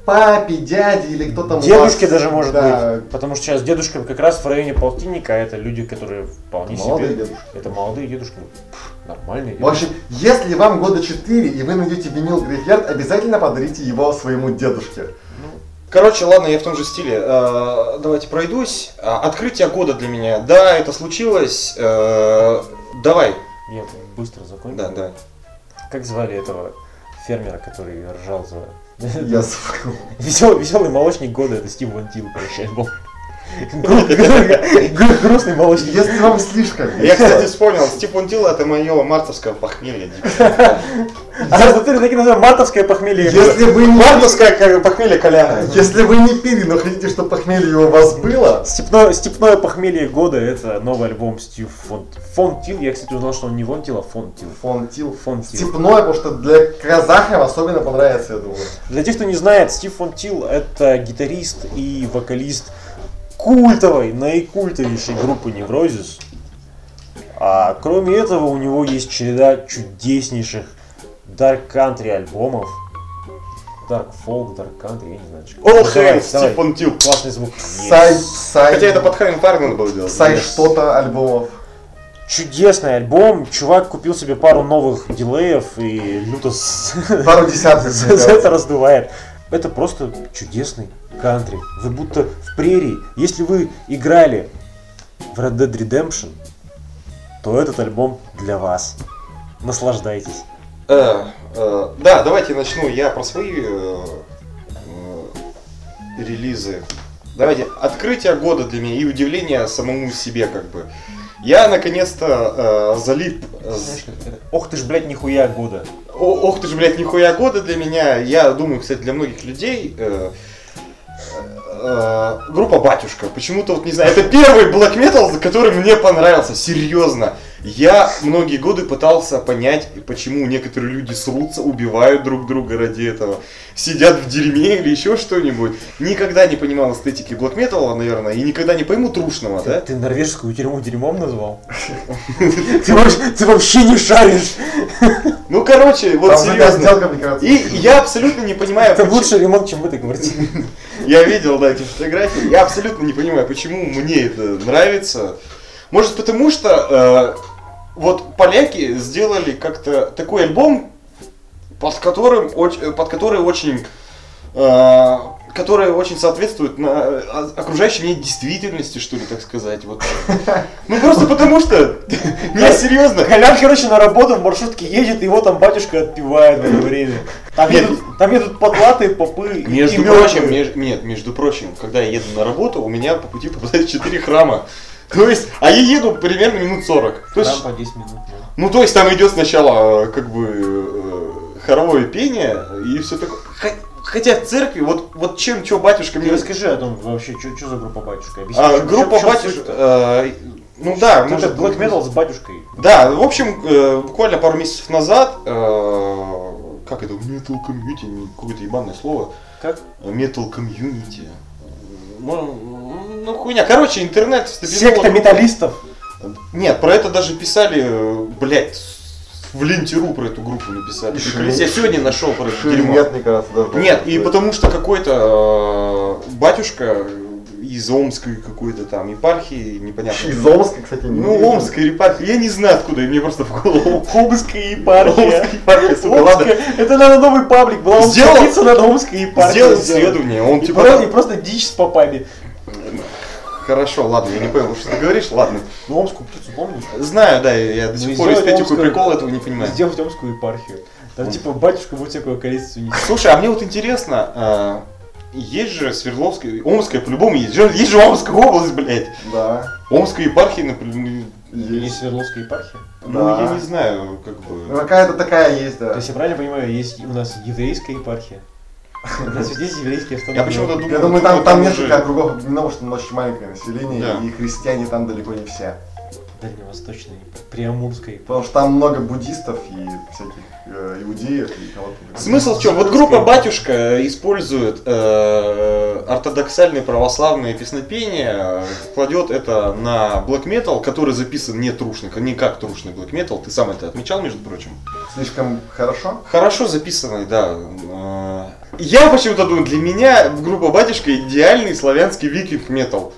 D: папе, дяде или кто там у
E: Дедушке
D: вас.
E: даже может
D: Да,
E: быть. Потому что сейчас дедушкам как раз в районе полтинника, а это люди, которые вполне
D: Молодые
E: себе...
D: дедушки.
E: Это молодые дедушки. Пф, Нормальные
D: В общем, если вам года 4 и вы найдете винил Грейвьярд, обязательно подарите его своему дедушке.
C: Короче, ладно, я в том же стиле. Э, Давайте пройдусь. А, Открытие года для меня. Да, это случилось. Э, Давай.
E: Я быстро закончу.
C: Да, давай.
E: Как звали этого фермера, который ржал за...
D: Я сука.
E: Веселый, веселый молочник года, это Стив Вантил, короче, альбом. Гру- Грустный молочник.
D: Если вам слишком
C: Я, кстати, вспомнил, Степан Тилла это мое мартовское похмелье.
E: А на самом деле так и называем мартовское похмелье.
D: Если вы не...
C: Мартовское ка- похмелье Коляна.
D: Если вы не пили, но хотите, чтобы похмелье у вас было,
E: Степное, степное похмелье года это новый альбом Стив Фон, Фон Тил. Я, кстати, узнал, что он не Вон Тил, а Фон Тил.
D: фон тил.
E: Фон Тил.
D: Степное, потому что для казахов особенно понравится, я думаю.
E: Для тех, кто не знает, Стив Фон Тил это гитарист и вокалист культовой, наикультовейшей группы Неврозис. А кроме этого у него есть череда чудеснейших Dark Country альбомов. Dark Folk, Dark Country, я не знаю. что- Ну,
C: All
E: Давай,
C: Hands,
E: давай.
C: Степан Тилл.
E: Классный звук.
D: Сай,
E: Yes.
D: сай.
C: Хотя это под Хайн Фармен был делать.
D: Сай что-то альбомов.
E: Чудесный альбом. Чувак купил себе пару новых дилеев и люто с-
D: Пару десятков.
E: за
D: мне
E: за это
D: кажется.
E: раздувает. Это просто чудесный кантри. Вы будто в прерии. Если вы играли в Red Dead Redemption, то этот альбом для вас. Наслаждайтесь.
C: Э, э, Да, давайте начну я про свои э, э, релизы. Давайте, открытие года для меня и удивление самому себе как бы. Я наконец-то э, залип с-
E: Ох ты ж, блядь, нихуя года.
C: О- ох ты ж, блядь, нихуя года для меня. Я думаю, кстати, для многих людей. э, э, группа Батюшка. Почему-то вот не знаю. Это первый black metal, который мне понравился. Серьезно. Я многие годы пытался понять, почему некоторые люди срутся, убивают друг друга ради этого, сидят в дерьме или еще что-нибудь. Никогда не понимал эстетики black metal, наверное, и никогда не пойму трушного, да?
E: Ты норвежскую тюрьму дерьмом назвал? Ты вообще- Ты вообще не шаришь.
C: Ну, короче, вот
D: Там такая
C: серьезно.
D: сделка, мне кажется.
C: И я абсолютно не понимаю,
E: Это
C: почему-
E: лучший ремонт, чем в этой квартире.
C: Я видел, да, эти фотографии. Я абсолютно не понимаю, почему мне это нравится. Может, потому что э, вот поляки сделали как-то такой альбом, под которым оч- э, под который очень э, который очень соответствует на э, о- окружающей мне действительности, что ли, так сказать. Вот. Ну просто потому что. Не, серьезно.
E: Колян, короче, на работу в маршрутке едет, его там батюшка отпивает в это время. Там
C: Нет.
E: едут, там едут потлатые попы и- и
C: Между
E: мёртвые.
C: прочим, меж- нет, между прочим, когда я еду на работу, у меня по пути попадает 4 храма. То есть, а я еду примерно минут 40. То есть,
E: по 10 минут.
C: ну, то есть там идет сначала э, как бы э, хоровое пение и все такое. Хо- Хотя в церкви, вот, вот чем, что батюшка мне
E: Ты расскажи о том вообще, что за группа батюшка? Объясни,
C: А,
E: чё-
C: группа
E: чё- чё
C: батюшка...
E: суть-то?
C: э, ну да,
E: Это
C: может,
E: black metal с батюшкой.
C: Да, в общем, э, буквально пару месяцев назад, э, как это, metal community, не- какое-то ебаное слово,
E: Как?
C: Metal Community. Ну, ну, хуйня. Короче, интернет стабилизован.
E: Секта металлистов.
C: Нет, про это даже писали, блять, в Лентеру про эту группу написали. Приколись, Я сегодня нашел про это
D: Шире
C: дерьмо.
D: нет, мне кажется, даже.
C: Нет, и потому что какой-то э, батюшка из Омской какой-то там епархии, непонятно.
D: Из Омска, кстати, не
C: Ну,
D: видно.
C: Омская епархия, я не знаю откуда, и мне просто в голову.
E: Омская епархия.
C: Омская епархия, сука, ладно.
E: Омская. Это надо новый паблик. Была
C: Сделал-
E: Омская надо Омская епархия.
C: Сделал исследование, он
E: И
C: типа...
E: просто-
C: там-
E: и просто дичь с попами.
C: Хорошо, ладно, я не понял, что ты говоришь, ладно.
E: Ну, Омскую птицу помнишь?
C: Знаю, да, я до
E: Ну,
C: сих
E: и
C: пор
E: сделать
C: эстетику и
E: омскую-
C: прикол этого не понимаю.
E: Сделать омскую епархию. Там типа батюшка будет всякое количество не
C: Слушай, а мне вот интересно, э, Есть же Свердловская, Омская по-любому есть. же- Есть же Омская область, блядь.
D: Да.
C: Омская епархия, например,
E: Не
D: Есть.
E: Свердловской епархии.
C: ну, я
D: Да.
C: не знаю, как бы...
D: Какая-то такая есть, да.
E: То есть, я правильно понимаю, есть у нас еврейская епархия. У нас везде есть еврейские автономии.
C: Я почему-то думал...
D: Я думаю, там,
C: думал,
D: там
C: уже-
D: несколько округов объединено, что очень маленькое население,
C: Да.
D: и христиане там далеко не все.
E: Дальневосточной, приамурской.
D: Потому что там много буддистов и всяких э, иудеев и кого-то.
C: Смысл в чем? Вот группа «Батюшка» использует э, ортодоксальные православные песнопения, э, кладет это на блэк метал, который записан не трушник, а не как трушный блэк метал. Ты сам это отмечал, между прочим.
D: Слишком хорошо?
C: Хорошо записанный, да. Э, Я почему-то думаю, для меня группа «Батюшка» идеальный славянский викинг метал.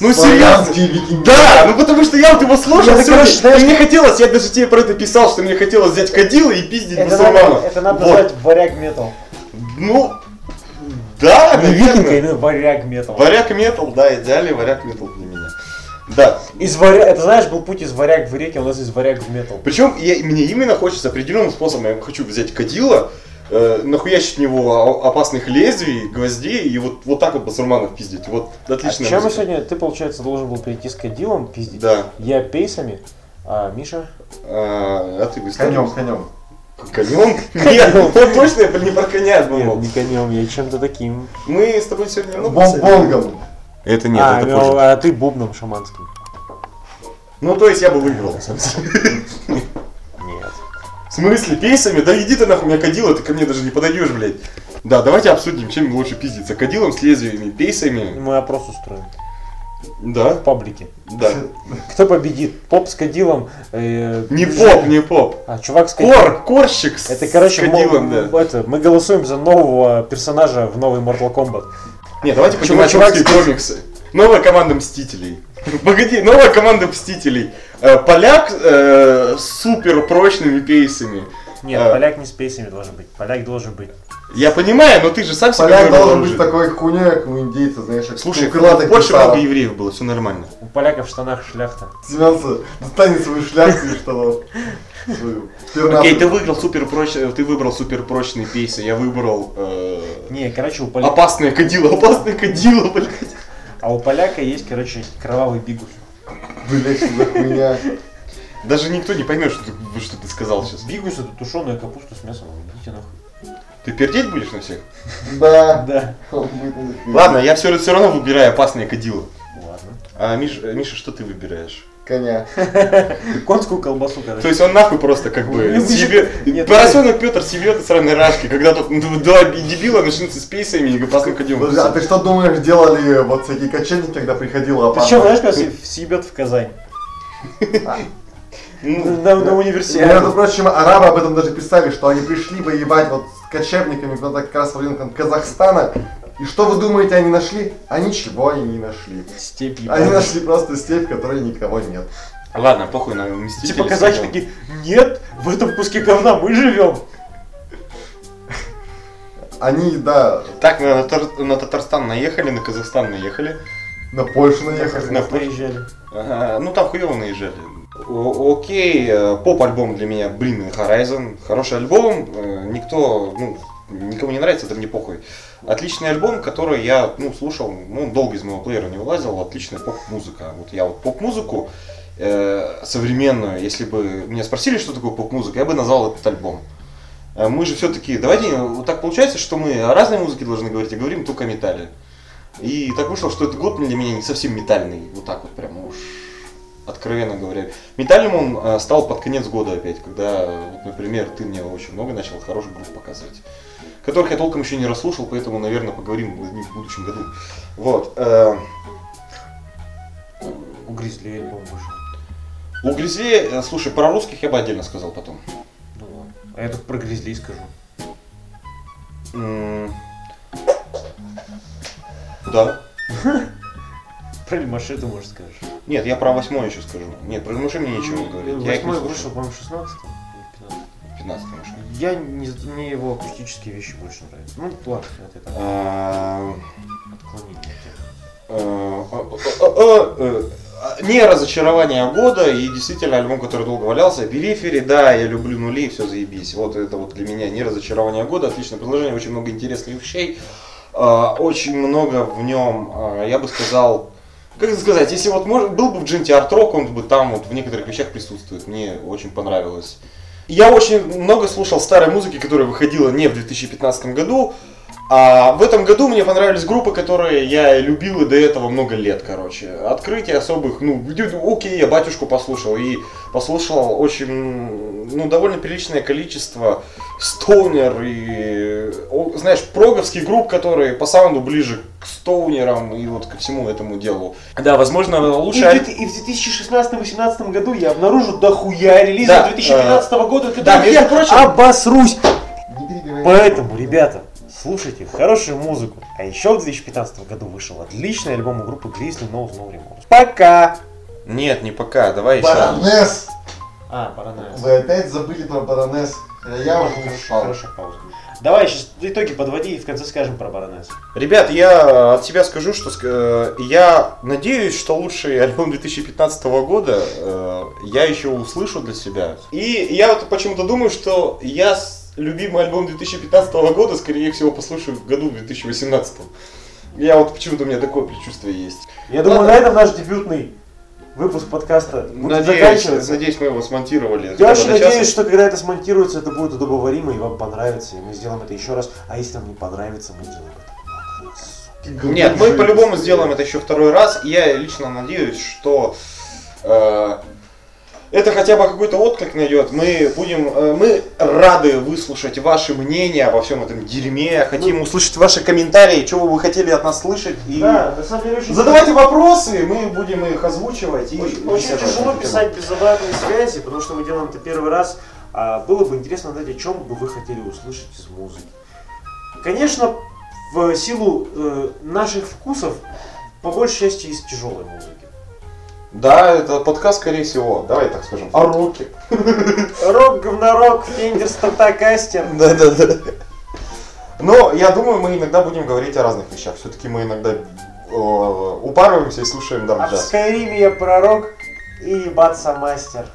C: Ну серьезно?
D: Славянские викинги.
C: Да, ну потому что я вот его слушал,
E: Я так,
C: сегодня,
E: короче, знаешь,
C: и мне хотелось, я даже тебе про это писал, что мне хотелось взять кадила и пиздить
E: Это надо,
C: мусульманов.
E: это надо
C: Вот.
E: назвать варяг метал.
C: Ну, да,
E: Не викинг, а
C: наверное.
E: именно варяг метал.
C: Варяг метал, да, идеальный варяг метал для меня. Да,
E: Из варя... Это знаешь, был путь из варяг в реке, у нас из варяг в метал. А
C: причем я, мне именно хочется определенным способом, я хочу взять кадила, э, нахуячить в него о- опасных лезвий, гвоздей и вот, вот так вот басурманов пиздить. Вот
E: А
C: отлично.
E: чем мы сегодня? Ты, получается, должен был прийти с кадилом пиздить?
C: Да.
E: Я пейсами, а Миша?
C: А, а ты быстро.
D: Конем, конем.
C: Конем? Нет, ну, вот точно я не про коня
E: Нет,
C: думал.
E: не конем, я чем-то таким.
C: Мы Ну, с тобой сегодня много...
D: Бомбонгом.
C: Это нет,
E: а,
C: это
E: ну,
C: позже.
E: а ты бубном шаманским.
C: Ну, то есть я бы выиграл, на самом деле.
E: Нет.
C: В смысле, пейсами? Да иди ты нахуй, у меня кадила, ты ко мне даже не подойдешь, блядь. Да, давайте обсудим, чем лучше пиздиться. Кадилом с лезвиями, пейсами.
E: Мы опрос устроим в
C: Да,
E: паблике.
C: да.
E: Кто победит? Поп с кадилом? э,
C: Не поп, не поп.
E: А, чувак с кадилом.
C: Кор, корщик с,
E: Это, короче,
C: с кадилом,
E: мо-
C: да.
E: это, мы голосуем за нового персонажа в новый Mortal Kombat.
C: Не, давайте
E: Чувак-
C: поднимать
E: чувак
C: русские комиксы. Новая команда Мстителей. Погоди, новая команда Мстителей. Э, Поляк э, с супер прочными пейсами.
E: Нет,
C: А.
E: поляк не с песнями должен быть. Поляк должен быть.
C: Я понимаю, но ты же сам себе
D: Поляк
C: выбрал
D: должен быть
C: уже.
D: такой хуйня, как у индейца, знаешь, как
C: Слушай,
D: у крылатых
C: в Польше много
D: гусаров.
C: евреев было, все нормально.
E: У поляка в штанах шляхта.
D: Семёнца, достань свою шляпку из штанов. Свою.
C: Окей, ты
D: пернатую.
C: выиграл супер ты выбрал суперпрочные пейсы, я выбрал э,
E: Не, короче, у поляка...
C: опасное кадило, опасное кадило, блядь.
E: А у поляка есть, короче, кровавый бигус.
D: Блядь, что за хуйня.
C: Даже никто не поймет, что ты, что ты сказал сейчас.
E: Бигус это тушеная капуста с мясом. Идите нахуй.
C: Ты пердеть будешь на всех?
D: Да.
E: Да.
D: Он будет на хуй.
C: Ладно, я все, все равно выбираю опасное кадило.
E: Ладно.
C: А Миш, э, Миша, что ты выбираешь?
D: Коня.
E: Конскую колбасу,
C: То
E: короче.
C: есть он нахуй просто как бы
E: Нет,
C: себе...
E: нет.
C: Поросенок Петр себет из сраной рашки, когда тут ну, два дебила начнутся с пейсами и опасным
D: Подожди, а
C: кадилом.
D: ты что думаешь, делали вот всякие кочевники, когда приходила
E: Ты что,
D: опасность?
E: знаешь, как съебет в Казань?
C: Ну,
E: На, на
D: И, между
E: универсиаде.
D: прочим, арабы об этом даже писали, что они пришли воевать вот с кочевниками, когда как раз во время там Казахстана. И что вы думаете, они нашли? А ничего они не нашли.
E: Степь
D: Они
E: ебаная.
D: нашли просто степь, в которой никого нет.
C: Ладно, похуй на Мстителей.
E: Типа казахи
C: сходил.
E: такие, нет, в этом куске говна мы живем.
D: Они, да,
C: Так, на, Татар- на Татарстан наехали, на Казахстан наехали.
D: на Польшу наехали.
C: На
E: Приезжали.
C: Ага, ну там хуево наезжали. О- Окей, э, поп-альбом для меня Блин Horizon. Хороший альбом. э, Никто, ну, никому не нравится, это мне похуй. Отличный альбом, который я, ну, слушал, ну, долго из моего плеера не вылазил. Отличная поп-музыка. Вот я вот поп-музыку э, современную, если бы меня спросили, что такое поп-музыка, я бы назвал этот альбом. Э, Мы же все-таки, давайте, вот так получается, что мы о разной музыке должны говорить, и говорим только о металле. И так вышло, что этот год для меня не совсем метальный, вот так вот прямо уж откровенно говоря. Метальным он э, стал под конец года опять, когда, э, вот, например, ты мне очень много начал хороших групп показывать, которых я толком еще не расслушал, поэтому, наверное, поговорим о них в будущем году. Вот. э,
E: У Гризли альбом вышел.
C: у Грязи, э, слушай, про русских я бы отдельно сказал потом.
E: Ну ладно. А я тут про Гризли скажу.
C: М, Да.
E: Про Лимаше ты, может, скажешь.
C: Нет, я про восьмой еще скажу. Нет, про Лимаши мне нечего говорить. Я их не
E: Ну,
C: слушал.
E: Восьмой вышел, по-моему, 16 или 15
C: 15 Лимаши.
E: Я не, мне его акустические вещи больше нравятся. Ну, ладно, это так,
C: А,
E: отклонение.
C: Э, э, э, э, не разочарование года и действительно альбом, который долго валялся. Перифери, да, я люблю нули, все заебись. Вот это вот для меня не разочарование года, отличное предложение, очень много интересных вещей. А, очень много в нем, а, я бы сказал, как это сказать, если вот мож- был бы в джинте арт-рок, он бы там вот в некоторых вещах присутствует. Мне очень понравилось. Я очень много слушал старой музыки, которая выходила не в 2015 году. А в этом году мне понравились группы, которые я любил и до этого много лет, короче. Открытий особых, ну, дю- окей, я батюшку послушал и послушал очень, м, ну, довольно приличное количество стоунер и, о, знаешь, проговских групп, которые по саунду ближе к стоунерам и вот ко всему этому делу. Да, возможно,
E: И
C: лучше...
E: в две- и в 2016-2018 году я обнаружу дохуя релиза
C: Да,
E: 2015 года, от
C: да,
E: которых
C: между
E: я
C: прочим-
E: э, обосрусь.
D: Не перебивай.
E: Поэтому, ребята, слушайте хорошую музыку. А еще в 2015 году вышел отличный альбом у группы Grizzly No No Remorse. Пока!
C: Нет, не пока, давай еще.
D: Баронесс!
E: А, Паранойя.
D: Вы опять забыли про Баронесс. А Я уже ушел.
E: Хорошая пауза. Давай сейчас итоги подводи и в конце скажем про Баронесс.
C: Ребят, я от себя скажу, что э, я надеюсь, что лучший альбом 2015 года э, я еще услышу для себя. И я вот почему-то думаю, что я с- любимый альбом 2015 года, скорее всего, послушаю в году 2018. Я вот почему-то у меня такое предчувствие есть.
E: Я думаю, на этом наш дебютный выпуск подкаста будет
C: Надеюсь,
E: заканчиваться.
C: надеюсь, мы его смонтировали.
E: Я
C: хотя бы
E: очень
C: на час.
E: надеюсь, что когда это смонтируется, это будет удобоваримо и вам понравится, и мы сделаем это еще раз. А если вам не понравится, мы сделаем это.
C: Нет, мы по-любому сделаем это еще второй раз. и Я лично надеюсь, что э, это хотя бы какой-то отклик найдет. Мы будем, э, мы рады выслушать ваши мнения обо всем этом дерьме. Хотим
E: Ну,
C: услышать ваши комментарии, чего вы хотели от нас слышать. И
E: на самом деле очень...
C: задавайте вопросы, мы будем их озвучивать. И
E: Очень, очень
C: беседовать на
E: тяжело
C: эту тему.
E: писать без обратной связи, потому что мы делаем это первый раз. А было бы интересно знать, о чем бы вы хотели услышать из музыки. Конечно, в силу э, наших вкусов, по большей части из тяжелой музыки.
C: Да, это подкаст, скорее всего. Давай так скажем. О роке.
E: Рок, говнорок, фендер, стартакастер.
C: Да, да, да. Но я думаю, мы иногда будем говорить о разных вещах. Все-таки мы иногда э, упарываемся и слушаем
E: А
C: дарк
E: в
C: джаз.
E: Скайриме я пророк и ебаться мастер.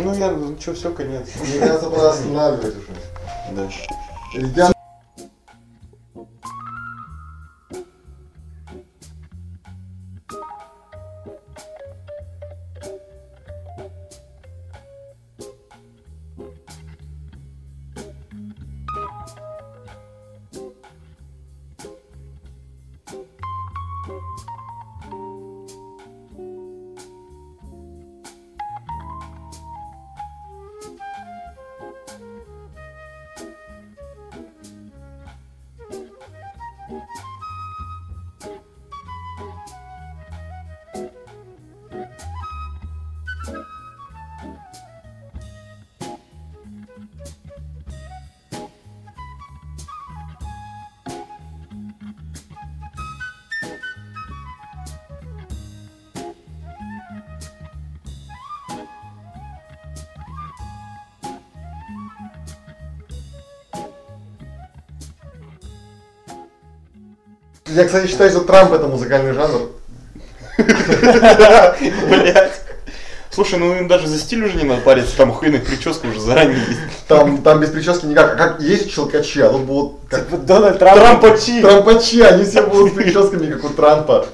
C: Ну я, ну что, все, конец.
D: Мне кажется, пора останавливать уже.
C: Да.
D: Ребята, Я, кстати, считаю, что Трамп это музыкальный жанр.
C: Блять. Слушай, ну им даже за стиль уже не надо париться, там охуенная прическа уже заранее есть.
D: Там, там без прически никак. А как есть щелкачи, а тут будут как
E: Дональд Трамп.
C: Трампачи!
D: трампачи, они все будут с прическами, как у Трампа.